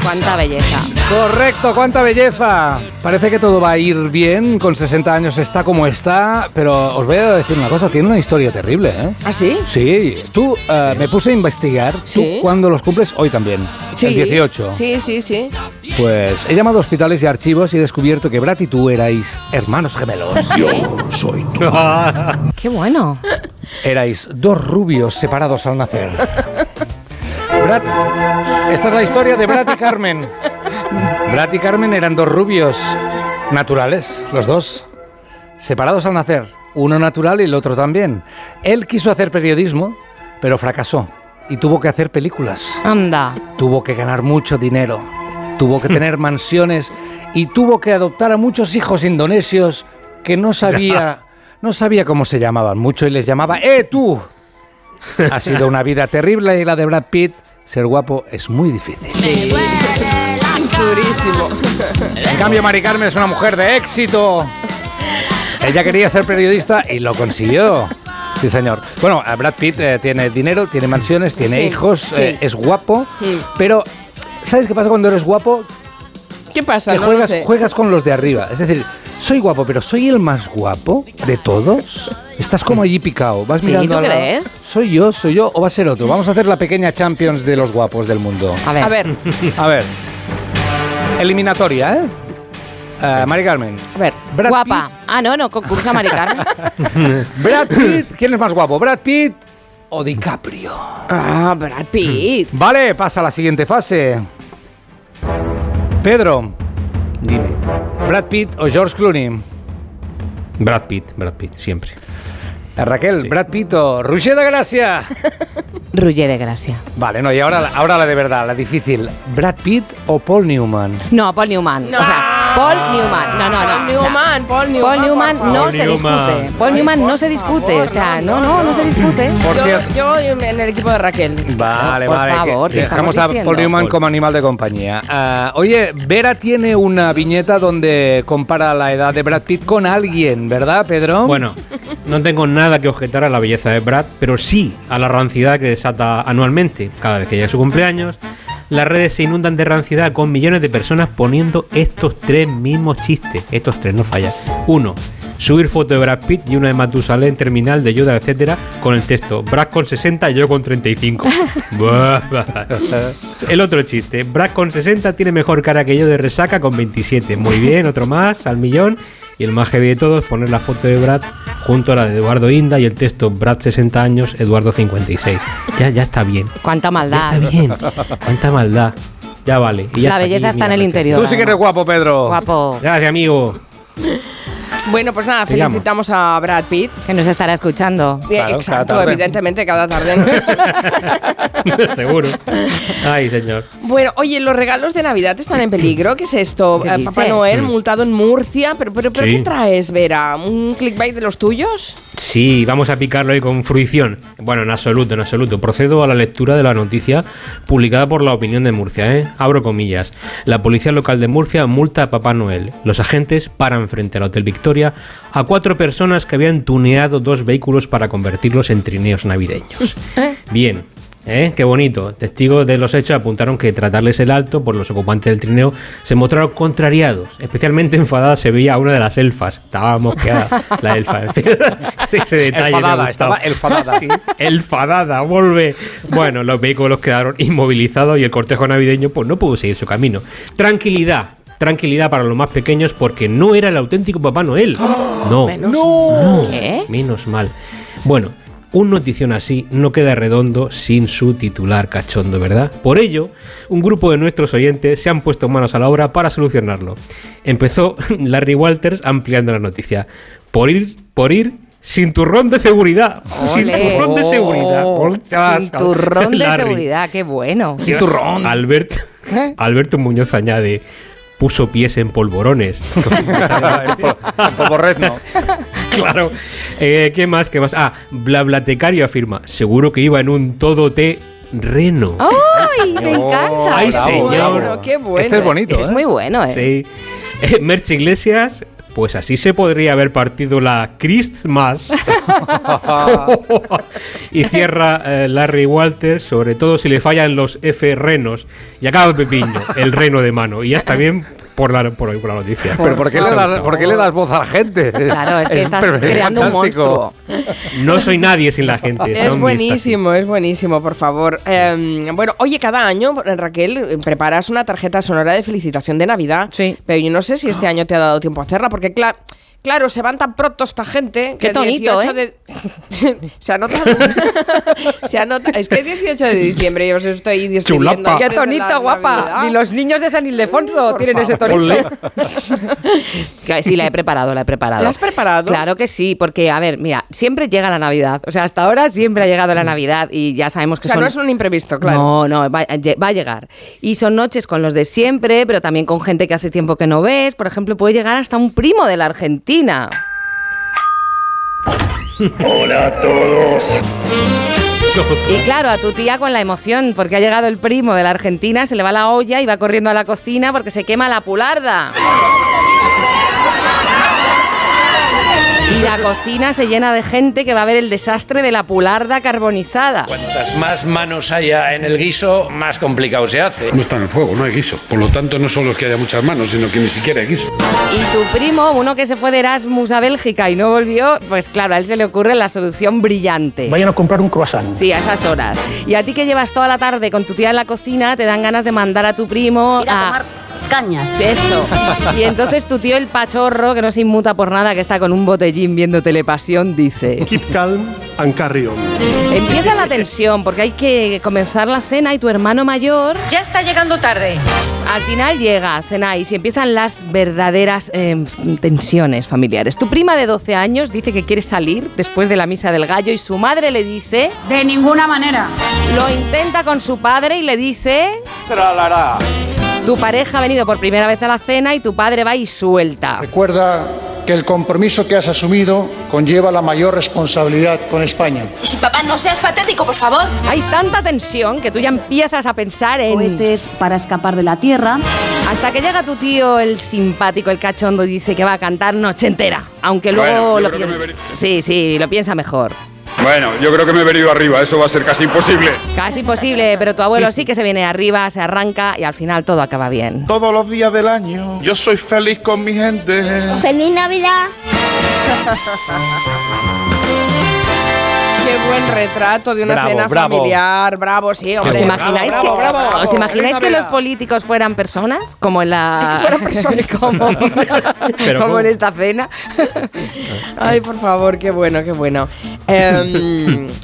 [SPEAKER 5] cuánta belleza.
[SPEAKER 3] Correcto, cuánta belleza. Parece que todo va a ir bien, con 60 años está como está, pero os voy a decir una cosa, tiene una historia terrible, ¿eh?
[SPEAKER 2] ¿Ah, sí?
[SPEAKER 3] Sí, tú eh, me puse a investigar,
[SPEAKER 2] Sí.
[SPEAKER 3] tú cuando los cumples, hoy también,
[SPEAKER 2] Sí.
[SPEAKER 3] el 18.
[SPEAKER 2] Sí, sí, sí.
[SPEAKER 3] Pues he llamado a hospitales y archivos y he descubierto que Brad y tú erais hermanos gemelos.
[SPEAKER 2] Yo
[SPEAKER 3] soy tú.
[SPEAKER 5] Qué bueno.
[SPEAKER 3] Erais dos rubios separados al nacer. Brad, esta es la historia de Brad y Carmen. Brad y Carmen eran dos rubios naturales, los dos, separados al nacer, uno natural y el otro también. Él quiso hacer periodismo, pero fracasó y tuvo que hacer películas.
[SPEAKER 5] Anda.
[SPEAKER 3] Tuvo que ganar mucho dinero, tuvo que tener mansiones y tuvo que adoptar a muchos hijos indonesios que no sabía, no sabía cómo se llamaban mucho y les llamaba ¡Eh, tú! Ha sido una vida terrible y la de Brad Pitt, ser guapo es muy difícil.
[SPEAKER 2] Durísimo.
[SPEAKER 3] En cambio, Mari Carmen es una mujer de éxito. Ella quería ser periodista y lo consiguió. Sí, señor. Bueno, eh, Brad Pitt eh, tiene dinero, tiene mansiones, tiene
[SPEAKER 2] Sí,
[SPEAKER 3] hijos,
[SPEAKER 2] sí.
[SPEAKER 3] eh, es guapo,
[SPEAKER 2] Sí.
[SPEAKER 3] pero ¿sabes qué pasa cuando eres guapo?
[SPEAKER 2] ¿Qué pasa?
[SPEAKER 3] Que
[SPEAKER 2] No lo
[SPEAKER 3] juegas,
[SPEAKER 2] sé.
[SPEAKER 3] juegas con los de arriba. Es decir, soy guapo, pero soy el más guapo de todos. Estás como allí picado. Vas
[SPEAKER 5] Sí,
[SPEAKER 3] mirando
[SPEAKER 5] ¿tú
[SPEAKER 3] al lado.
[SPEAKER 5] crees?
[SPEAKER 3] Soy yo, soy yo, o va a ser otro. Vamos a hacer la pequeña Champions de los guapos del mundo.
[SPEAKER 5] A ver.
[SPEAKER 2] A ver.
[SPEAKER 3] A ver. Eliminatoria, ¿eh? Eh, Mari Carmen.
[SPEAKER 5] A ver.
[SPEAKER 3] Brad
[SPEAKER 5] Guapa. Ah, no, no, concursa Mari Carmen.
[SPEAKER 3] Brad Pitt, ¿quién es más guapo? ¿Brad Pitt o DiCaprio?
[SPEAKER 2] Ah, Brad Pitt.
[SPEAKER 3] Vale, pasa a la siguiente fase. Pedro, dime, ¿Brad Pitt o George Clooney?
[SPEAKER 11] Brad Pitt, Brad Pitt, siempre.
[SPEAKER 3] Eh, Raquel, Brad Pitt o Roger de Gracia.
[SPEAKER 5] Rulle de gracia.
[SPEAKER 3] Vale, no, y ahora, la- ahora la de verdad, la difícil. ¿Brad Pitt o Paul Newman?
[SPEAKER 5] No, Paul Newman. O sea, Paul Newman. No, no,
[SPEAKER 2] Paul
[SPEAKER 5] no. O sea,
[SPEAKER 2] Newman, Paul Newman.
[SPEAKER 5] Paul Newman
[SPEAKER 2] por favor.
[SPEAKER 5] no
[SPEAKER 3] Paul
[SPEAKER 5] se
[SPEAKER 3] Newman.
[SPEAKER 5] discute. Paul Newman no se discute. O sea, no, no, no se discute.
[SPEAKER 3] Por
[SPEAKER 2] Yo,
[SPEAKER 3] cierto-
[SPEAKER 2] yo en el equipo de Raquel.
[SPEAKER 3] Vale,
[SPEAKER 5] Por
[SPEAKER 3] vale.
[SPEAKER 5] favor,
[SPEAKER 3] que
[SPEAKER 5] ¿qué
[SPEAKER 3] dejamos
[SPEAKER 5] estamos
[SPEAKER 3] a
[SPEAKER 5] diciendo?
[SPEAKER 3] Paul Newman
[SPEAKER 11] Pues-
[SPEAKER 3] como animal de compañía. Ah, oye, Vera tiene una viñeta donde compara la edad de Brad Pitt con alguien, ¿verdad, Pedro?
[SPEAKER 11] Bueno, no tengo nada que objetar a la belleza de Brad, pero sí a la rancidad que desata anualmente. Cada vez que llega su cumpleaños, las redes se inundan de rancidad con millones de personas poniendo estos tres mismos chistes. Estos tres, no falla. Uno, subir foto de Brad Pitt y una de Matusalén terminal de Yoda, etcétera, con el texto Brad con 60 y yo con 35. Buah, buah. el otro chiste, Brad con 60 tiene mejor cara que yo de resaca con 27. Muy bien, otro más, al millón. Y el más heavy de todo es poner la foto de Brad junto a la de Eduardo Inda y el texto Brad 60 años, Eduardo 56. Ya, ya está bien.
[SPEAKER 5] Cuánta
[SPEAKER 11] Ya
[SPEAKER 5] maldad.
[SPEAKER 11] está bien. Cuánta maldad. Ya vale. y ya
[SPEAKER 5] La belleza está en
[SPEAKER 11] mira,
[SPEAKER 5] el
[SPEAKER 11] perfecto.
[SPEAKER 5] interior, Tú sí que eres además.
[SPEAKER 3] guapo, Pedro.
[SPEAKER 5] Guapo.
[SPEAKER 11] Gracias, amigo.
[SPEAKER 2] Bueno, pues nada,
[SPEAKER 11] Sigamos.
[SPEAKER 2] felicitamos a Brad Pitt.
[SPEAKER 5] Que nos estará escuchando.
[SPEAKER 2] Eh, Exacto, evidentemente, cada tarde.
[SPEAKER 11] Seguro. Ay, señor.
[SPEAKER 2] Bueno, oye, los regalos de Navidad están en peligro. ¿Qué es esto?
[SPEAKER 5] ¿Qué
[SPEAKER 2] Eh, Papá
[SPEAKER 5] dices?
[SPEAKER 2] Noel
[SPEAKER 11] Mm.
[SPEAKER 2] multado en Murcia. ¿Pero, pero, pero
[SPEAKER 11] Sí.
[SPEAKER 2] qué traes, Vera? ¿Un clickbait de los tuyos?
[SPEAKER 11] Sí, vamos a picarlo ahí con fruición. Bueno, en absoluto, en absoluto. Procedo a la lectura de la noticia publicada por La Opinión de Murcia, ¿eh? Abro comillas. La policía local de Murcia multa a Papá Noel. Los agentes paran frente al Hotel Victoria a cuatro personas que habían tuneado dos vehículos para convertirlos en trineos navideños. Bien. ¿Eh? Qué bonito. Testigos de los hechos apuntaron que tratarles el alto por los ocupantes del trineo se mostraron contrariados. Especialmente enfadada se veía a una de las elfas. Estaba mosqueada la elfa. En fin, ese, ese detalle me ha
[SPEAKER 3] Enfadada,
[SPEAKER 11] gustado.
[SPEAKER 3] estaba enfadada.
[SPEAKER 11] Sí, enfadada, vuelve. Bueno, los vehículos quedaron inmovilizados y el cortejo navideño pues no pudo seguir su camino. Tranquilidad. Tranquilidad para los más pequeños porque no era el auténtico Papá Noel. No.
[SPEAKER 2] menos
[SPEAKER 11] no.
[SPEAKER 5] ¿Qué?
[SPEAKER 11] Menos mal. Bueno, un notición así no queda redondo sin su titular cachondo, ¿verdad? Por ello, un grupo de nuestros oyentes se han puesto manos a la obra para solucionarlo. Empezó Larry Walters ampliando la noticia. Por ir, por ir. Sin turrón de seguridad. Sin
[SPEAKER 5] Ole.
[SPEAKER 11] turrón de seguridad. Ostras,
[SPEAKER 5] Cinturrón de
[SPEAKER 11] Larry.
[SPEAKER 5] seguridad, qué bueno.
[SPEAKER 11] Albert,
[SPEAKER 5] ¿Eh?
[SPEAKER 11] Alberto Muñoz añade, puso pies en polvorones. Claro. Eh, ¿Qué más? ¿Qué más? Ah, Blablatecario afirma, seguro que iba en un todo té reno.
[SPEAKER 5] ¡Ay, me encanta!
[SPEAKER 11] ¡Ay, señor!
[SPEAKER 2] Bueno, qué bueno.
[SPEAKER 3] Este es bonito,
[SPEAKER 5] Es
[SPEAKER 3] ¿eh?
[SPEAKER 5] muy bueno, ¿eh?
[SPEAKER 11] Sí. Eh, Merche Iglesias, Pues así se podría haber partido la Christmas.
[SPEAKER 3] Ah.
[SPEAKER 11] y cierra eh, Larry Walter, sobre todo si le fallan los F renos. Y acaba Pepiño, el reno de mano. Y ya está bien por la, por, hoy, por la noticia.
[SPEAKER 3] Pero ¿por qué, le das, por qué le das voz a la gente?
[SPEAKER 5] Claro, es que estás
[SPEAKER 3] pero-
[SPEAKER 5] creando un
[SPEAKER 3] fantástico.
[SPEAKER 11] No soy nadie sin la gente.
[SPEAKER 2] Es
[SPEAKER 11] son mis
[SPEAKER 2] buenísimo, es buenísimo, por favor. Eh, bueno, oye, cada año, Raquel, eh, preparas una tarjeta sonora de felicitación de Navidad. Sí. Pero yo no sé si
[SPEAKER 18] Ah.
[SPEAKER 2] este año te ha dado tiempo a hacerla, porque cla- Claro, se van tan pronto esta gente.
[SPEAKER 5] Qué
[SPEAKER 2] que el
[SPEAKER 5] tonito, ¿eh?
[SPEAKER 2] 18 de- se anota. se anota. Es que es 18 de diciembre yo os estoy despidiendo
[SPEAKER 5] Chulapa.
[SPEAKER 2] antes
[SPEAKER 5] Qué
[SPEAKER 2] de la
[SPEAKER 5] tonito, guapa.
[SPEAKER 2] Navidad. Uh.
[SPEAKER 5] Ni los niños de San Ildefonso tienen ese tonito. Que sí, la he preparado, la he preparado.
[SPEAKER 2] ¿La has preparado?
[SPEAKER 5] Claro que sí, porque, a ver, mira, siempre llega la Navidad. O sea, hasta ahora siempre ha llegado la Navidad y ya sabemos
[SPEAKER 2] O
[SPEAKER 5] que
[SPEAKER 2] sea,
[SPEAKER 5] son...
[SPEAKER 2] no es un imprevisto, claro.
[SPEAKER 5] No, no, va, lle- va a llegar. Y son noches con los de siempre, pero también con gente que hace tiempo que no ves. Por ejemplo, puede llegar hasta un primo de la Argentina.
[SPEAKER 4] Hola a todos.
[SPEAKER 5] Y claro, a tu tía con la emoción, porque ha llegado el primo de la Argentina, se le va la olla y va corriendo a la cocina porque se quema la pularda. Y la cocina se llena de gente que va a ver el desastre de la pularda carbonizada.
[SPEAKER 18] Cuantas más manos haya en el guiso, más complicado se hace. No está en el fuego, no hay guiso. Por lo tanto, no solo es que haya muchas manos, sino que ni siquiera hay guiso.
[SPEAKER 5] Y tu primo, uno que se fue de Erasmus a Bélgica y no volvió, pues claro, a él se le ocurre la solución brillante.
[SPEAKER 26] Vayan a comprar un croissant.
[SPEAKER 5] Sí, a esas horas. Y a ti que llevas toda la tarde con tu tía en la cocina, te dan ganas de mandar a tu primo a, cañas. Eso. Y entonces tu tío el pachorro, que no se inmuta por nada, que está con un botellín viendo telepasión, dice...
[SPEAKER 38] Keep calm and carry on.
[SPEAKER 5] Empieza la tensión porque hay que comenzar la cena y tu hermano mayor... Ya está llegando tarde. Al final llega, cenáis y empiezan las verdaderas eh, tensiones familiares. Tu prima de 12 años dice que quiere salir después de la misa del gallo y su madre le dice... De ninguna manera. Lo intenta con su padre y le dice...
[SPEAKER 38] Tralará.
[SPEAKER 5] Tu pareja ha venido por primera vez a la cena y tu padre va y suelta.
[SPEAKER 10] Recuerda que el compromiso que has asumido conlleva la mayor responsabilidad con España.
[SPEAKER 5] Y papá, Ah, no seas patético, por favor. Hay tanta tensión que tú ya empiezas a pensar en... para escapar de la tierra. Hasta que llega tu tío, el simpático, el cachondo, y dice que va a cantar noche entera. Aunque luego
[SPEAKER 18] Bueno, yo
[SPEAKER 5] lo
[SPEAKER 18] creo que
[SPEAKER 5] piensa... Sí, sí, lo piensa mejor.
[SPEAKER 18] Bueno, yo creo que me he venido arriba, eso va a ser casi imposible.
[SPEAKER 5] Casi posible, pero tu abuelo sí que se viene arriba, se arranca y al final todo acaba bien.
[SPEAKER 39] Todos los días del año yo soy feliz con mi gente.
[SPEAKER 5] ¡Feliz Navidad!
[SPEAKER 2] Qué buen retrato de una
[SPEAKER 5] Bravo,
[SPEAKER 2] cena
[SPEAKER 5] bravo.
[SPEAKER 2] familiar, bravo, sí, hombre.
[SPEAKER 5] ¿Os imagináis que, ¿os imagináis que los
[SPEAKER 2] Venga,
[SPEAKER 5] políticos fueran personas? Como en la.
[SPEAKER 2] Que fueran personas.
[SPEAKER 5] como,
[SPEAKER 2] Pero
[SPEAKER 5] como
[SPEAKER 2] ¿cómo?
[SPEAKER 5] en esta cena.
[SPEAKER 2] venga. Ay, por favor, qué bueno, qué bueno. Em,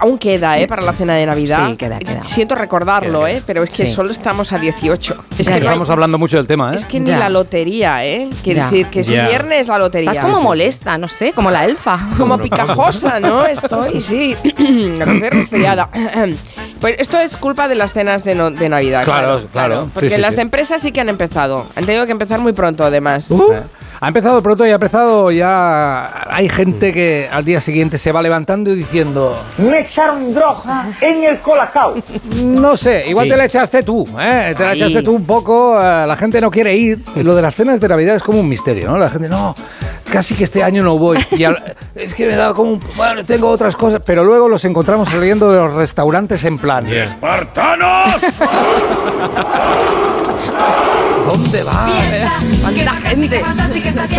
[SPEAKER 2] aún queda, ¿eh? Para la cena de Navidad.
[SPEAKER 5] Sí, queda, queda.
[SPEAKER 2] Siento recordarlo,
[SPEAKER 5] Queda, queda.
[SPEAKER 2] ¿eh? Pero es que
[SPEAKER 5] Sí.
[SPEAKER 2] solo estamos a 18.
[SPEAKER 3] Es
[SPEAKER 2] Es que,
[SPEAKER 3] que
[SPEAKER 2] no hay-
[SPEAKER 3] estamos hablando mucho del tema, ¿eh?
[SPEAKER 2] es que ni la lotería, ¿eh? Quiere
[SPEAKER 3] Ya.
[SPEAKER 2] decir que si
[SPEAKER 3] Ya.
[SPEAKER 2] viernes la lotería.
[SPEAKER 5] Estás como molesta, no sé, como la elfa.
[SPEAKER 2] Como picajosa, ¿no? Estoy, sí. La estoy resfriada. Pues esto es culpa de las cenas de, no- de Navidad.
[SPEAKER 3] Claro, claro. Sí,
[SPEAKER 2] Porque
[SPEAKER 3] sí,
[SPEAKER 2] las
[SPEAKER 3] sí.
[SPEAKER 2] de empresas sí que han empezado. Han tenido que empezar muy pronto, además.
[SPEAKER 19] Uh.
[SPEAKER 3] Eh, Ha empezado pronto y ha empezado ya. Hay gente que al día siguiente se va levantando y diciendo.
[SPEAKER 19] Me echaron droga en el colacao.
[SPEAKER 3] No sé, igual
[SPEAKER 19] Sí.
[SPEAKER 3] te la echaste tú, ¿eh? Te la
[SPEAKER 19] Ahí.
[SPEAKER 3] echaste tú un poco, eh, la gente no quiere ir. Lo de las cenas de Navidad es como un misterio, ¿no? La gente, no, casi que este año no voy. Y al- es que me he dado como un... Bueno, tengo otras cosas, pero luego los encontramos saliendo de los restaurantes en plan...
[SPEAKER 19] ¡Espartanos!
[SPEAKER 3] ¿Dónde va?
[SPEAKER 5] ¡Cuánta gente!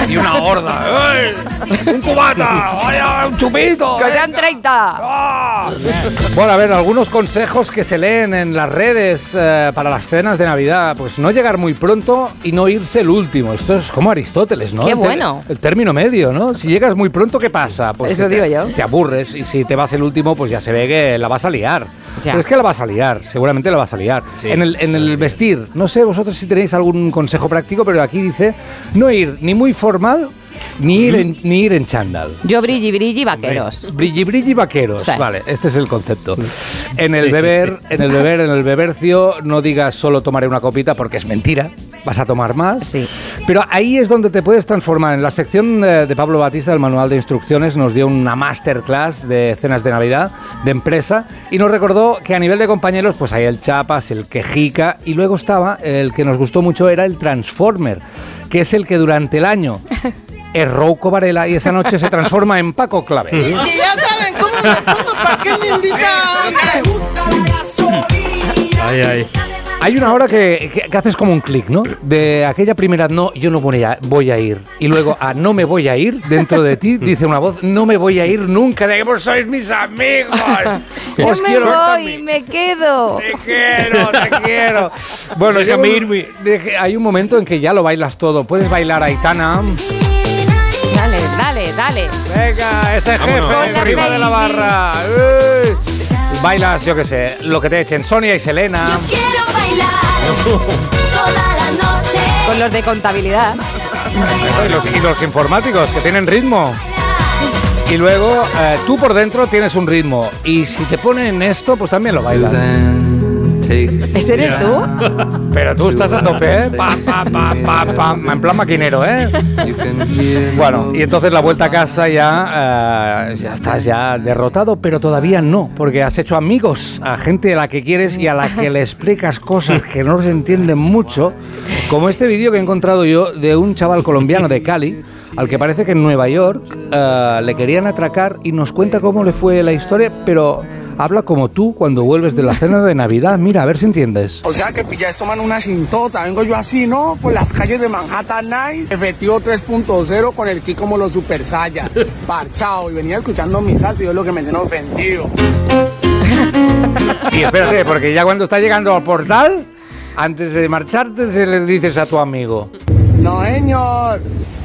[SPEAKER 3] Y una horda. ¡Ey! ¡Un cubata! ¡Vaya, un chupito!
[SPEAKER 5] ¡Que sean 30!
[SPEAKER 3] Bueno, a ver, algunos consejos que se leen en las redes eh, para las cenas de Navidad. Pues no llegar muy pronto y no irse el último. Esto es como Aristóteles, ¿no?
[SPEAKER 5] Qué
[SPEAKER 3] El ter-
[SPEAKER 5] bueno.
[SPEAKER 3] El término medio, ¿no? Si llegas muy pronto, ¿qué pasa? Pues
[SPEAKER 5] Eso
[SPEAKER 3] que
[SPEAKER 5] digo
[SPEAKER 3] te-
[SPEAKER 5] yo.
[SPEAKER 3] Te aburres y si te vas el último, pues ya se ve que la vas a liar. Pero es que la vas a liar, seguramente la vas a liar. En el, en el vestir, no sé vosotros si tenéis algún consejo práctico, pero aquí dice no ir ni muy formal ni ir en, ni ir en chándal.
[SPEAKER 5] Yo brilli, brilli, vaqueros.
[SPEAKER 3] Brilli brilli vaqueros.
[SPEAKER 5] Sí.
[SPEAKER 3] Vale, este es el concepto. En el beber, en el beber, en el bebercio, no digas solo tomaré una copita porque es mentira. Vas a tomar más. Pero ahí es donde te puedes transformar. En la sección eh, de Pablo Batista del manual de instrucciones nos dio una masterclass de cenas de Navidad de empresa y nos recordó que a nivel de compañeros, pues hay el Chapas, el Quejica y luego estaba el que nos gustó mucho era el Transformer, que es el que durante el año es Rouco Varela y esa noche se transforma en Paco Clave.
[SPEAKER 26] Si ya saben cómo me pongo, ¿para qué me invitan?
[SPEAKER 11] Ay, ay.
[SPEAKER 3] Hay una hora que, que- que haces como un clic, ¿no? De aquella primera, no, yo no voy a, voy a ir. Y luego, a no me voy a ir, dentro de ti, dice una voz, no me voy a ir nunca, de que vos sois mis amigos.
[SPEAKER 5] Yo
[SPEAKER 3] Os
[SPEAKER 5] me
[SPEAKER 3] quiero ver tan
[SPEAKER 5] voy, me quedo. Te
[SPEAKER 3] quiero, te quiero. Bueno,
[SPEAKER 11] Déjame
[SPEAKER 3] llega un- deje- hay un momento en que ya lo bailas todo. Puedes bailar Aitana.
[SPEAKER 5] Dale, dale, dale.
[SPEAKER 3] Venga, ese
[SPEAKER 5] Vámonos.
[SPEAKER 3] jefe arriba de la barra. Eh. Bailas, yo qué sé, lo que te echen. Sonia y Selena.
[SPEAKER 29] Quiero bailar toda la noche.
[SPEAKER 5] Con los de contabilidad.
[SPEAKER 3] Y los, y los informáticos, que tienen ritmo. Y luego, eh, tú por dentro tienes un ritmo. Y si te ponen esto, pues también lo bailas.
[SPEAKER 5] ¿Ese eres tú?
[SPEAKER 3] Pero tú estás a tope, ¿eh? Pa, pa, pa, pa, pa, en plan maquinero, ¿eh? Bueno, y entonces la vuelta a casa ya, eh, ya estás ya derrotado, pero todavía no, porque has hecho amigos a gente a la que quieres y a la que le explicas cosas que no se entienden mucho, como este vídeo que he encontrado yo de un chaval colombiano de Cali, al que parece que en Nueva York eh, le querían atracar y nos cuenta cómo le fue la historia, pero habla como tú cuando vuelves de la cena de Navidad. Mira, a ver si entiendes.
[SPEAKER 19] O sea que pilláis toman una cintota, vengo yo así, ¿no? Por las calles de Manhattan Nice, efectivo 3.0 con el ki como los Super Saiyan, parchado, y venía escuchando mi salsa y yo lo que me tiene ofendido.
[SPEAKER 3] Y espérate, porque ya cuando está llegando al portal, antes de marcharte, se le dices a tu amigo.
[SPEAKER 19] No, señor,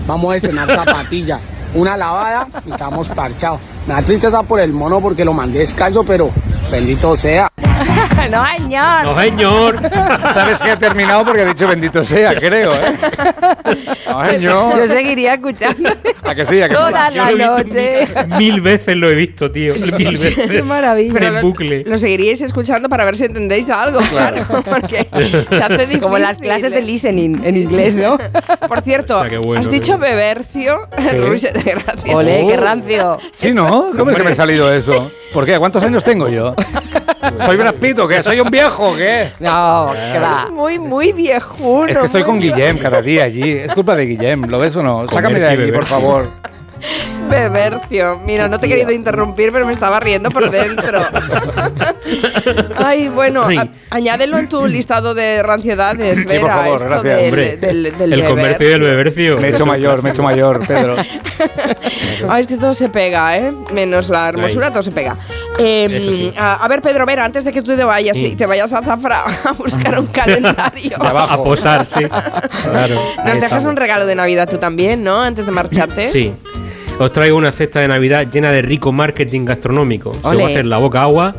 [SPEAKER 19] vamos a cenar zapatilla, una lavada y estamos parchados. Me da tristeza por el mono porque lo mandé descalzo, pero bendito sea.
[SPEAKER 5] no, señor.
[SPEAKER 3] señor. Sabes que ha terminado porque ha dicho bendito sea, creo, ¿eh? No,
[SPEAKER 5] Yo
[SPEAKER 3] señor.
[SPEAKER 5] seguiría escuchando
[SPEAKER 3] A que sí, a que no?
[SPEAKER 5] toda la
[SPEAKER 11] Yo lo he
[SPEAKER 5] noche.
[SPEAKER 11] Mil veces lo he visto, tío. Mil
[SPEAKER 5] Qué
[SPEAKER 11] veces.
[SPEAKER 5] maravilla.
[SPEAKER 11] En
[SPEAKER 2] lo-
[SPEAKER 11] bucle.
[SPEAKER 2] Lo seguiríais escuchando para ver si entendéis algo, claro, porque se hace difícil.
[SPEAKER 5] Como las clases de listening en inglés, ¿no?
[SPEAKER 2] Por cierto,
[SPEAKER 5] O sea, qué bueno, Oh.
[SPEAKER 2] has
[SPEAKER 5] qué
[SPEAKER 2] dicho bebercio, Ruiz de Gracia.
[SPEAKER 5] Ole, qué rancio.
[SPEAKER 3] Sí, ¿no? ¿Cómo es que me ha salido eso? ¿Por qué? ¿Cuántos años tengo yo? ¿Soy Brad Pitt o qué? ¿Soy un viejo o qué?
[SPEAKER 5] No,
[SPEAKER 2] Es muy, muy viejuno.
[SPEAKER 3] Es que estoy con
[SPEAKER 2] muy
[SPEAKER 3] Guillem cada día allí. Es culpa de Guillem, ¿lo ves o no? Sácame de
[SPEAKER 11] Comercio y
[SPEAKER 3] aquí, por
[SPEAKER 11] beber.
[SPEAKER 3] favor.
[SPEAKER 2] Bebercio. Mira, no te he querido interrumpir, pero me estaba riendo por dentro. Ay, bueno, a-
[SPEAKER 11] Ay.
[SPEAKER 2] añádelo en tu listado de ranciedades,
[SPEAKER 3] Sí, por
[SPEAKER 2] Vera,
[SPEAKER 3] favor,
[SPEAKER 2] esto
[SPEAKER 3] gracias.
[SPEAKER 2] del-
[SPEAKER 3] Hombre,
[SPEAKER 2] del, del
[SPEAKER 11] el
[SPEAKER 2] beber.
[SPEAKER 11] comercio y el bebercio.
[SPEAKER 3] Me he hecho mayor, me he hecho mayor, Pedro.
[SPEAKER 2] Ay, es que todo se pega, ¿eh? Menos la hermosura, todo se pega. Eh,
[SPEAKER 3] Eso sí.
[SPEAKER 2] a, a ver, Pedro Vera, antes de que tú te vayas,
[SPEAKER 11] Sí.
[SPEAKER 2] y te vayas a Zafra a buscar un calendario.
[SPEAKER 11] A- A posar, sí. Claro.
[SPEAKER 2] Nos dejas un regalo de Navidad tú también, ¿no? Antes de marcharte.
[SPEAKER 11] Sí. Os traigo una cesta de Navidad llena de rico marketing gastronómico. Se os va
[SPEAKER 2] Ole.
[SPEAKER 11] a hacer la boca agua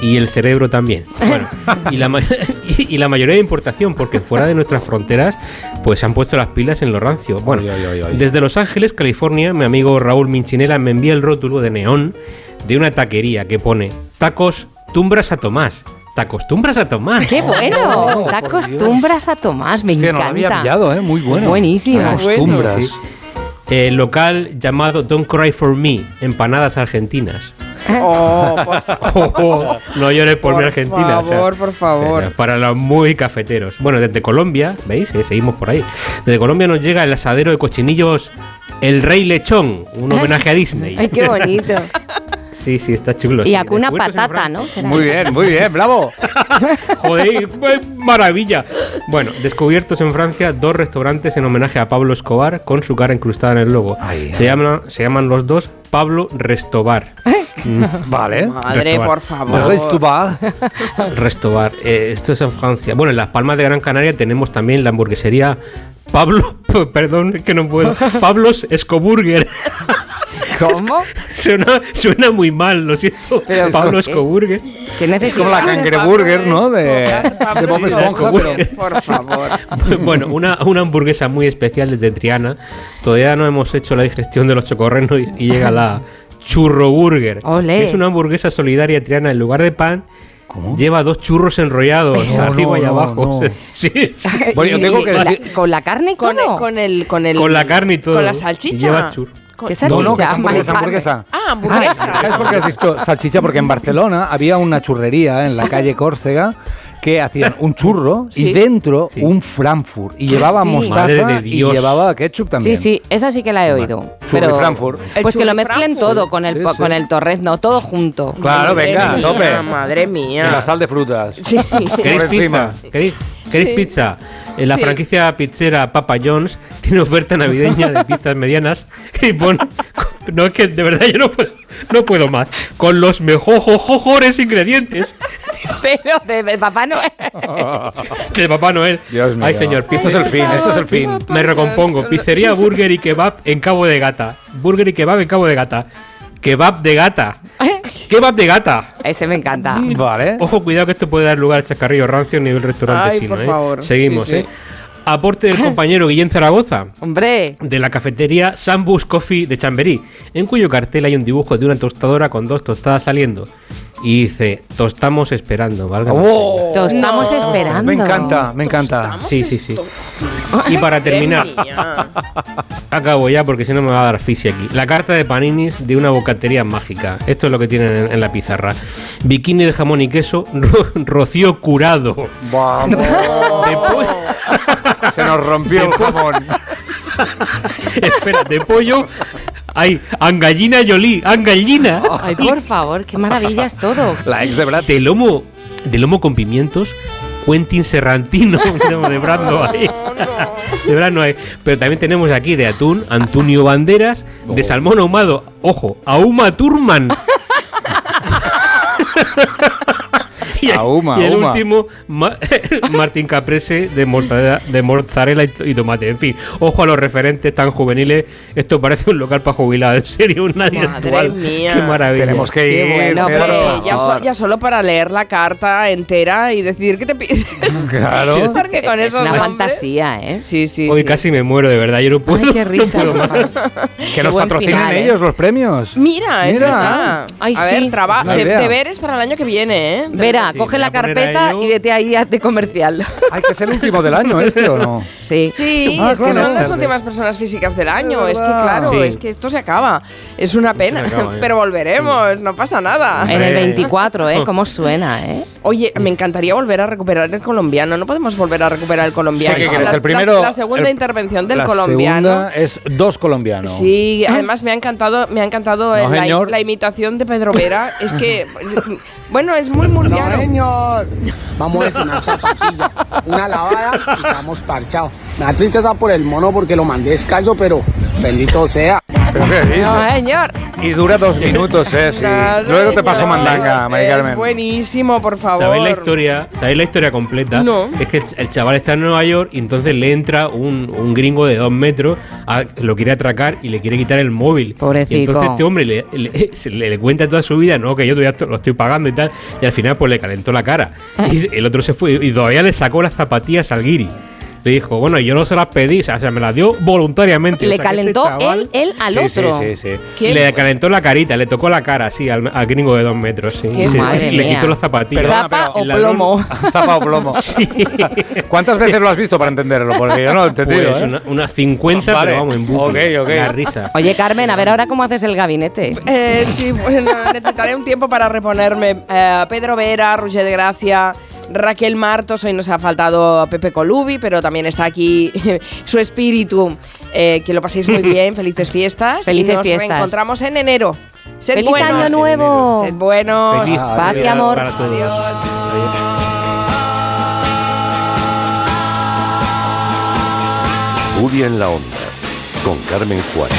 [SPEAKER 11] y el cerebro también. Bueno, y, la ma- y, y la mayoría de importación, porque fuera de nuestras fronteras, pues se han puesto las pilas en lo rancio. Bueno, desde Los Ángeles, California, mi amigo Raúl Minchinela me envía el rótulo de neón de una taquería que pone tacos tumbras a Tomás. ¿Te acostumbras a Tomás?
[SPEAKER 5] Qué bueno.
[SPEAKER 11] Oh,
[SPEAKER 5] te
[SPEAKER 11] por Dios.
[SPEAKER 5] acostumbras a Tomás, me
[SPEAKER 11] Hostia, no
[SPEAKER 5] encanta.
[SPEAKER 11] lo había pillado, eh, muy bueno.
[SPEAKER 5] Buenísimo.
[SPEAKER 11] Ah, Sí, sí. El Eh, local llamado Don't Cry For Me, empanadas argentinas.
[SPEAKER 2] Oh, por favor.
[SPEAKER 11] Oh, no llores por, mi Argentina. o sea,
[SPEAKER 2] favor, por favor.
[SPEAKER 11] o sea, para los muy cafeteros. Bueno, desde Colombia, ¿veis? Eh, seguimos por ahí. Desde Colombia nos llega el asadero de cochinillos El Rey Lechón, un homenaje a Disney.
[SPEAKER 5] Ay, qué bonito.
[SPEAKER 11] Sí, sí, está chulo.
[SPEAKER 5] Y
[SPEAKER 11] sí.
[SPEAKER 5] acá una
[SPEAKER 11] Descubiertos en
[SPEAKER 5] patata, ¿no? Será.
[SPEAKER 3] Muy bien, muy bien, bravo.
[SPEAKER 11] Joder, qué maravilla. Bueno, descubiertos en Francia dos restaurantes en homenaje a Pablo Escobar con su cara incrustada en el logo. se, llaman, se llaman los dos Pablo Restobar. Mm.
[SPEAKER 3] Vale.
[SPEAKER 2] Madre,
[SPEAKER 11] Restobar.
[SPEAKER 2] por favor.
[SPEAKER 11] Restobar. Eh, esto es en Francia. Bueno, en Las Palmas de Gran Canaria tenemos también la hamburguesería Pablo. Perdón, es que no puedo. Pablos Escoburger.
[SPEAKER 5] ¿Cómo?
[SPEAKER 11] Suena, suena muy mal, lo siento.
[SPEAKER 5] Pero,
[SPEAKER 2] E.
[SPEAKER 11] Pablo
[SPEAKER 5] ¿por qué?
[SPEAKER 11] Escoburger.
[SPEAKER 5] ¿Qué
[SPEAKER 3] Es como la
[SPEAKER 5] necesidad?
[SPEAKER 3] cangreburger, ¿no? De, de
[SPEAKER 11] Escobar.
[SPEAKER 3] Bob Esponja, pero-
[SPEAKER 2] Por favor.
[SPEAKER 11] bueno, una, una hamburguesa muy especial desde Triana. Todavía no hemos hecho la digestión de los chocorrenos y, y llega la churro burger.
[SPEAKER 5] Olé.
[SPEAKER 11] que Es una hamburguesa solidaria Triana. En lugar de pan, lleva dos churros enrollados arriba y
[SPEAKER 3] no,
[SPEAKER 11] abajo.
[SPEAKER 3] no.
[SPEAKER 11] Sí, sí.
[SPEAKER 5] Y- y con, la, con la carne y
[SPEAKER 2] Con,
[SPEAKER 5] todo.
[SPEAKER 2] el, con el con el
[SPEAKER 11] Con la carne y todo.
[SPEAKER 2] con la
[SPEAKER 11] Y
[SPEAKER 2] salchicha
[SPEAKER 11] lleva chur-
[SPEAKER 2] Con-
[SPEAKER 5] ¿Qué
[SPEAKER 3] No, no, que es
[SPEAKER 5] salchicha?
[SPEAKER 3] hamburguesa,
[SPEAKER 5] Mari
[SPEAKER 3] hamburguesa.
[SPEAKER 2] ah hamburguesa
[SPEAKER 3] ¿eh? ¿Sabes por qué has dicho salchicha? Porque en Barcelona había una churrería en la calle Córcega que hacían un churro
[SPEAKER 5] Sí.
[SPEAKER 3] y dentro un Frankfurt. Y
[SPEAKER 5] ¿Qué?
[SPEAKER 3] llevaba
[SPEAKER 5] Sí.
[SPEAKER 3] mostaza
[SPEAKER 5] Madre de
[SPEAKER 3] y
[SPEAKER 5] Dios.
[SPEAKER 3] llevaba ketchup también.
[SPEAKER 5] Sí, sí, esa sí que la he oído.
[SPEAKER 3] Churri
[SPEAKER 5] Pero,
[SPEAKER 3] Frankfurt.
[SPEAKER 5] Pues
[SPEAKER 2] El
[SPEAKER 5] que lo
[SPEAKER 2] churri
[SPEAKER 5] mezclen
[SPEAKER 2] Frankfurt.
[SPEAKER 5] todo con el, po-
[SPEAKER 3] sí.
[SPEAKER 5] con el torrezno, todo junto.
[SPEAKER 3] Claro,
[SPEAKER 2] Madre
[SPEAKER 11] Ah,
[SPEAKER 3] venga, a
[SPEAKER 2] mía,
[SPEAKER 3] tope.
[SPEAKER 2] Madre
[SPEAKER 3] Y
[SPEAKER 2] mía.
[SPEAKER 3] la sal de frutas.
[SPEAKER 2] Sí.
[SPEAKER 11] ¿Queréis
[SPEAKER 3] Por encima.
[SPEAKER 11] pizza? ¿Queréis, queréis
[SPEAKER 2] Sí.
[SPEAKER 11] pizza? Eh, la
[SPEAKER 2] Sí.
[SPEAKER 11] franquicia pizzera Papa John's tiene oferta navideña de pizzas medianas y pone... No, es que de verdad yo no puedo, no puedo más. Con los mejores ingredientes
[SPEAKER 5] Pero de, de Papá Noel.
[SPEAKER 11] de Papá Noel. Ay, señor, pizza.
[SPEAKER 3] Esto es el fin, esto es el fin.
[SPEAKER 11] Me recompongo. Pizzería, burger y kebab en Cabo de Gata. Burger y kebab en Cabo de Gata. Kebab de gata. Kebab de gata.
[SPEAKER 5] Ese me encanta.
[SPEAKER 3] Vale.
[SPEAKER 11] Ojo, cuidado que esto puede dar lugar a chascarrillo rancio a nivel restaurante
[SPEAKER 5] Ay,
[SPEAKER 11] chino.
[SPEAKER 5] por
[SPEAKER 11] ¿eh?
[SPEAKER 5] favor.
[SPEAKER 11] Seguimos,
[SPEAKER 5] Sí, sí.
[SPEAKER 11] ¿eh? Aporte del compañero Guillén Zaragoza.
[SPEAKER 5] Hombre.
[SPEAKER 11] de la cafetería Sambus Coffee de Chamberí, en cuyo cartel hay un dibujo de una tostadora con dos tostadas saliendo. Y dice, tostamos esperando, valga.
[SPEAKER 3] ¡Oh!
[SPEAKER 5] Te estamos esperando.
[SPEAKER 3] Me encanta, me encanta.
[SPEAKER 11] Sí, sí, sí. Y para terminar, acabo ya porque si no me va a dar fisi aquí. La carta de paninis de una bocatería mágica. Esto es lo que tienen en, en la pizarra. Bikini de jamón y queso, ro- rocío curado.
[SPEAKER 3] Vamos. Se nos rompió el jamón.
[SPEAKER 11] Espera, de pollo. Ay, angallina Yolí, angallina.
[SPEAKER 5] Ay, por favor, qué maravilla es todo.
[SPEAKER 11] La ex de Brad. De lomo, de lomo con pimientos, Quentin Serrantino. No, de Brad no hay. De Brad no hay. Pero también tenemos aquí de atún, Antonio Banderas,
[SPEAKER 3] Oh.
[SPEAKER 11] de salmón ahumado, ojo, Auma Turman. Y, el-
[SPEAKER 3] Ahuma,
[SPEAKER 11] y el
[SPEAKER 3] ahuma.
[SPEAKER 11] último, Ma- Martín Caprese de mortadela, de mozzarella y, to- y tomate. En fin, ojo a los referentes tan juveniles. Esto parece un local para jubilados. En serio, una
[SPEAKER 2] Madre mía.
[SPEAKER 11] Qué maravilla.
[SPEAKER 3] Tenemos que
[SPEAKER 2] Qué
[SPEAKER 3] ir.
[SPEAKER 2] bueno, pues,
[SPEAKER 3] por
[SPEAKER 2] hombre, Eh, ya, so-
[SPEAKER 3] favor.
[SPEAKER 2] ya solo para leer la carta entera y decidir qué te pides.
[SPEAKER 3] Claro.
[SPEAKER 2] Porque con
[SPEAKER 5] Es
[SPEAKER 2] esos
[SPEAKER 5] una
[SPEAKER 2] nombres-
[SPEAKER 5] fantasía, ¿eh?
[SPEAKER 2] Sí, sí.
[SPEAKER 11] Hoy casi me muero, de verdad. Yo no puedo.
[SPEAKER 5] Ay, qué risa.
[SPEAKER 11] puedo más.
[SPEAKER 3] Que nos
[SPEAKER 5] buen
[SPEAKER 3] patrocinen
[SPEAKER 5] final, ¿eh?
[SPEAKER 3] ellos los premios.
[SPEAKER 2] Mira, es
[SPEAKER 3] Mira.
[SPEAKER 2] verdad.
[SPEAKER 5] Ay,
[SPEAKER 2] a
[SPEAKER 5] sí.
[SPEAKER 2] ver, traba-
[SPEAKER 3] Buena
[SPEAKER 2] te,
[SPEAKER 3] idea.
[SPEAKER 2] te veres para el año que viene, ¿eh?
[SPEAKER 5] Vera,
[SPEAKER 11] Sí,
[SPEAKER 5] coge
[SPEAKER 11] me
[SPEAKER 5] la
[SPEAKER 11] voy a poner a
[SPEAKER 5] carpeta
[SPEAKER 11] ello.
[SPEAKER 5] y vete ahí a de comercial.
[SPEAKER 3] Hay que ser el último del año este o no.
[SPEAKER 5] Sí.
[SPEAKER 2] Sí,
[SPEAKER 3] Ah,
[SPEAKER 2] es que
[SPEAKER 3] claro.
[SPEAKER 2] son las
[SPEAKER 3] Tarde.
[SPEAKER 2] últimas personas físicas del año. Es que
[SPEAKER 3] verdad.
[SPEAKER 2] claro,
[SPEAKER 11] Sí.
[SPEAKER 2] es que esto se acaba. Es una pena,
[SPEAKER 11] acaba, ¿eh?
[SPEAKER 2] pero volveremos, no pasa nada.
[SPEAKER 5] En el
[SPEAKER 11] Hombre.
[SPEAKER 5] 24, ¿eh? ¿Cómo suena, eh?
[SPEAKER 2] Oye, me encantaría volver a recuperar el colombiano. No podemos volver a recuperar el colombiano.
[SPEAKER 3] Sé que quieres,
[SPEAKER 2] La-
[SPEAKER 3] el
[SPEAKER 2] la-
[SPEAKER 3] primero-
[SPEAKER 2] La, segunda
[SPEAKER 3] el-
[SPEAKER 2] intervención del
[SPEAKER 3] la
[SPEAKER 2] colombiano.
[SPEAKER 3] segunda es dos colombianos.
[SPEAKER 2] Sí, además me ha encantado, me ha encantado eh, la,
[SPEAKER 3] Ah. señor.
[SPEAKER 2] la imitación de Pedro Vera. Es que, bueno, es muy
[SPEAKER 19] No,
[SPEAKER 2] murciano.
[SPEAKER 19] señor. Vamos a hacer una zapatilla,
[SPEAKER 5] ¿eh?
[SPEAKER 19] una lavada y estamos parchados. Me da tristeza por el mono porque lo mandé descalzo, pero bendito sea.
[SPEAKER 3] ¿Pero qué dices?
[SPEAKER 5] No, señor.
[SPEAKER 3] Y dura dos minutos, ¿eh? sí.
[SPEAKER 2] Claro,
[SPEAKER 3] Luego te paso
[SPEAKER 2] señor.
[SPEAKER 3] mandanga, Mari
[SPEAKER 2] Es
[SPEAKER 3] Carmen.
[SPEAKER 2] buenísimo, por favor.
[SPEAKER 11] ¿Sabéis la historia? ¿Sabéis la historia completa?
[SPEAKER 2] No.
[SPEAKER 11] Es que el ch- el chaval está en Nueva York y entonces le entra un, un gringo de dos metros, a- lo quiere atracar y le quiere quitar el móvil.
[SPEAKER 5] Pobrecito.
[SPEAKER 11] Y entonces este hombre le, le- se le- le cuenta toda su vida, no, que yo todavía esto- lo estoy pagando y tal, y al final pues le calentó la cara.
[SPEAKER 5] Ah.
[SPEAKER 11] Y el otro se fue y todavía le sacó las zapatillas al guiri. Le dijo, bueno, yo no se las pedí, o sea, se me las dio voluntariamente. O
[SPEAKER 5] Le
[SPEAKER 11] sea, que este
[SPEAKER 5] calentó
[SPEAKER 11] chaval-
[SPEAKER 5] él, él al
[SPEAKER 11] Sí, sí,
[SPEAKER 5] otro.
[SPEAKER 11] sí, sí.
[SPEAKER 5] Qué
[SPEAKER 11] Le
[SPEAKER 5] bueno.
[SPEAKER 11] calentó la carita, le tocó la cara, sí, al, al gringo de dos metros. Sí.
[SPEAKER 5] Qué
[SPEAKER 11] Sí,
[SPEAKER 5] madre
[SPEAKER 11] le
[SPEAKER 5] mía.
[SPEAKER 11] quitó las zapatillas.
[SPEAKER 3] Perdona,
[SPEAKER 5] Zapa
[SPEAKER 3] pero
[SPEAKER 5] o
[SPEAKER 11] el ladrón-
[SPEAKER 5] plomo.
[SPEAKER 3] Zapa o plomo. ¿Cuántas veces lo has visto para entenderlo? Porque yo no lo he entendido.
[SPEAKER 11] Pues
[SPEAKER 3] ¿eh?
[SPEAKER 11] una- unas 50,
[SPEAKER 3] Vale.
[SPEAKER 11] pero vamos, en bucle.
[SPEAKER 3] Ok, ok.
[SPEAKER 11] Una risa.
[SPEAKER 5] Oye, Carmen, a ver ahora cómo haces el gabinete.
[SPEAKER 2] Eh, sí, bueno, necesitaré un tiempo para reponerme. Eh, Pedro Vera, Roger de Gracia, Raquel Martos, hoy nos ha faltado Pepe Colubi, pero también está aquí su espíritu. Eh, que lo paséis muy bien, felices fiestas.
[SPEAKER 5] Felices
[SPEAKER 2] y nos
[SPEAKER 5] fiestas.
[SPEAKER 2] reencontramos en enero. Sed
[SPEAKER 5] ¡Feliz
[SPEAKER 2] buenos.
[SPEAKER 5] año nuevo!
[SPEAKER 2] Sed buenos.
[SPEAKER 11] Feliz
[SPEAKER 5] Paz y
[SPEAKER 11] Navidad
[SPEAKER 5] amor.
[SPEAKER 11] para todos. Adiós.
[SPEAKER 17] Furia en la Onda, con Carmen Juárez.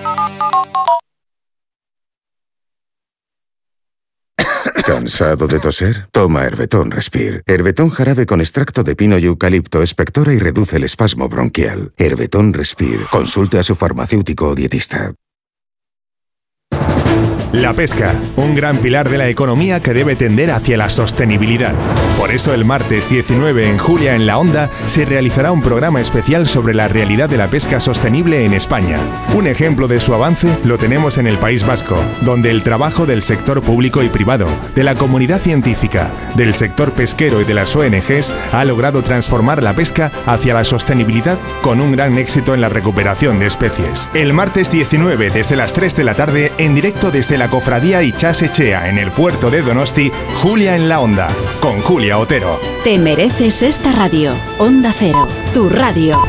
[SPEAKER 22] ¿Cansado de toser? Toma Herbetón Respir. Herbetón jarabe con extracto de pino y eucalipto expectora y reduce el espasmo bronquial. Herbetón Respir. Consulte a su farmacéutico o dietista.
[SPEAKER 20] La pesca, un gran pilar de la economía que debe tender hacia la sostenibilidad. Por eso el martes 19 en Julia en la Onda se realizará un programa especial sobre la realidad de la pesca sostenible en España. Un ejemplo de su avance lo tenemos en el País Vasco, donde el trabajo del sector público y privado, de la comunidad científica, del sector pesquero y de las ONGs ha logrado transformar la pesca hacia la sostenibilidad con un gran éxito en la recuperación de especies. El martes 19 desde las 3 de la tarde en directo desde la cofradía Ichas Echea en el puerto de Donosti, Julia en la Onda, con Julia Otero.
[SPEAKER 25] Te mereces esta radio. Onda Cero, tu radio.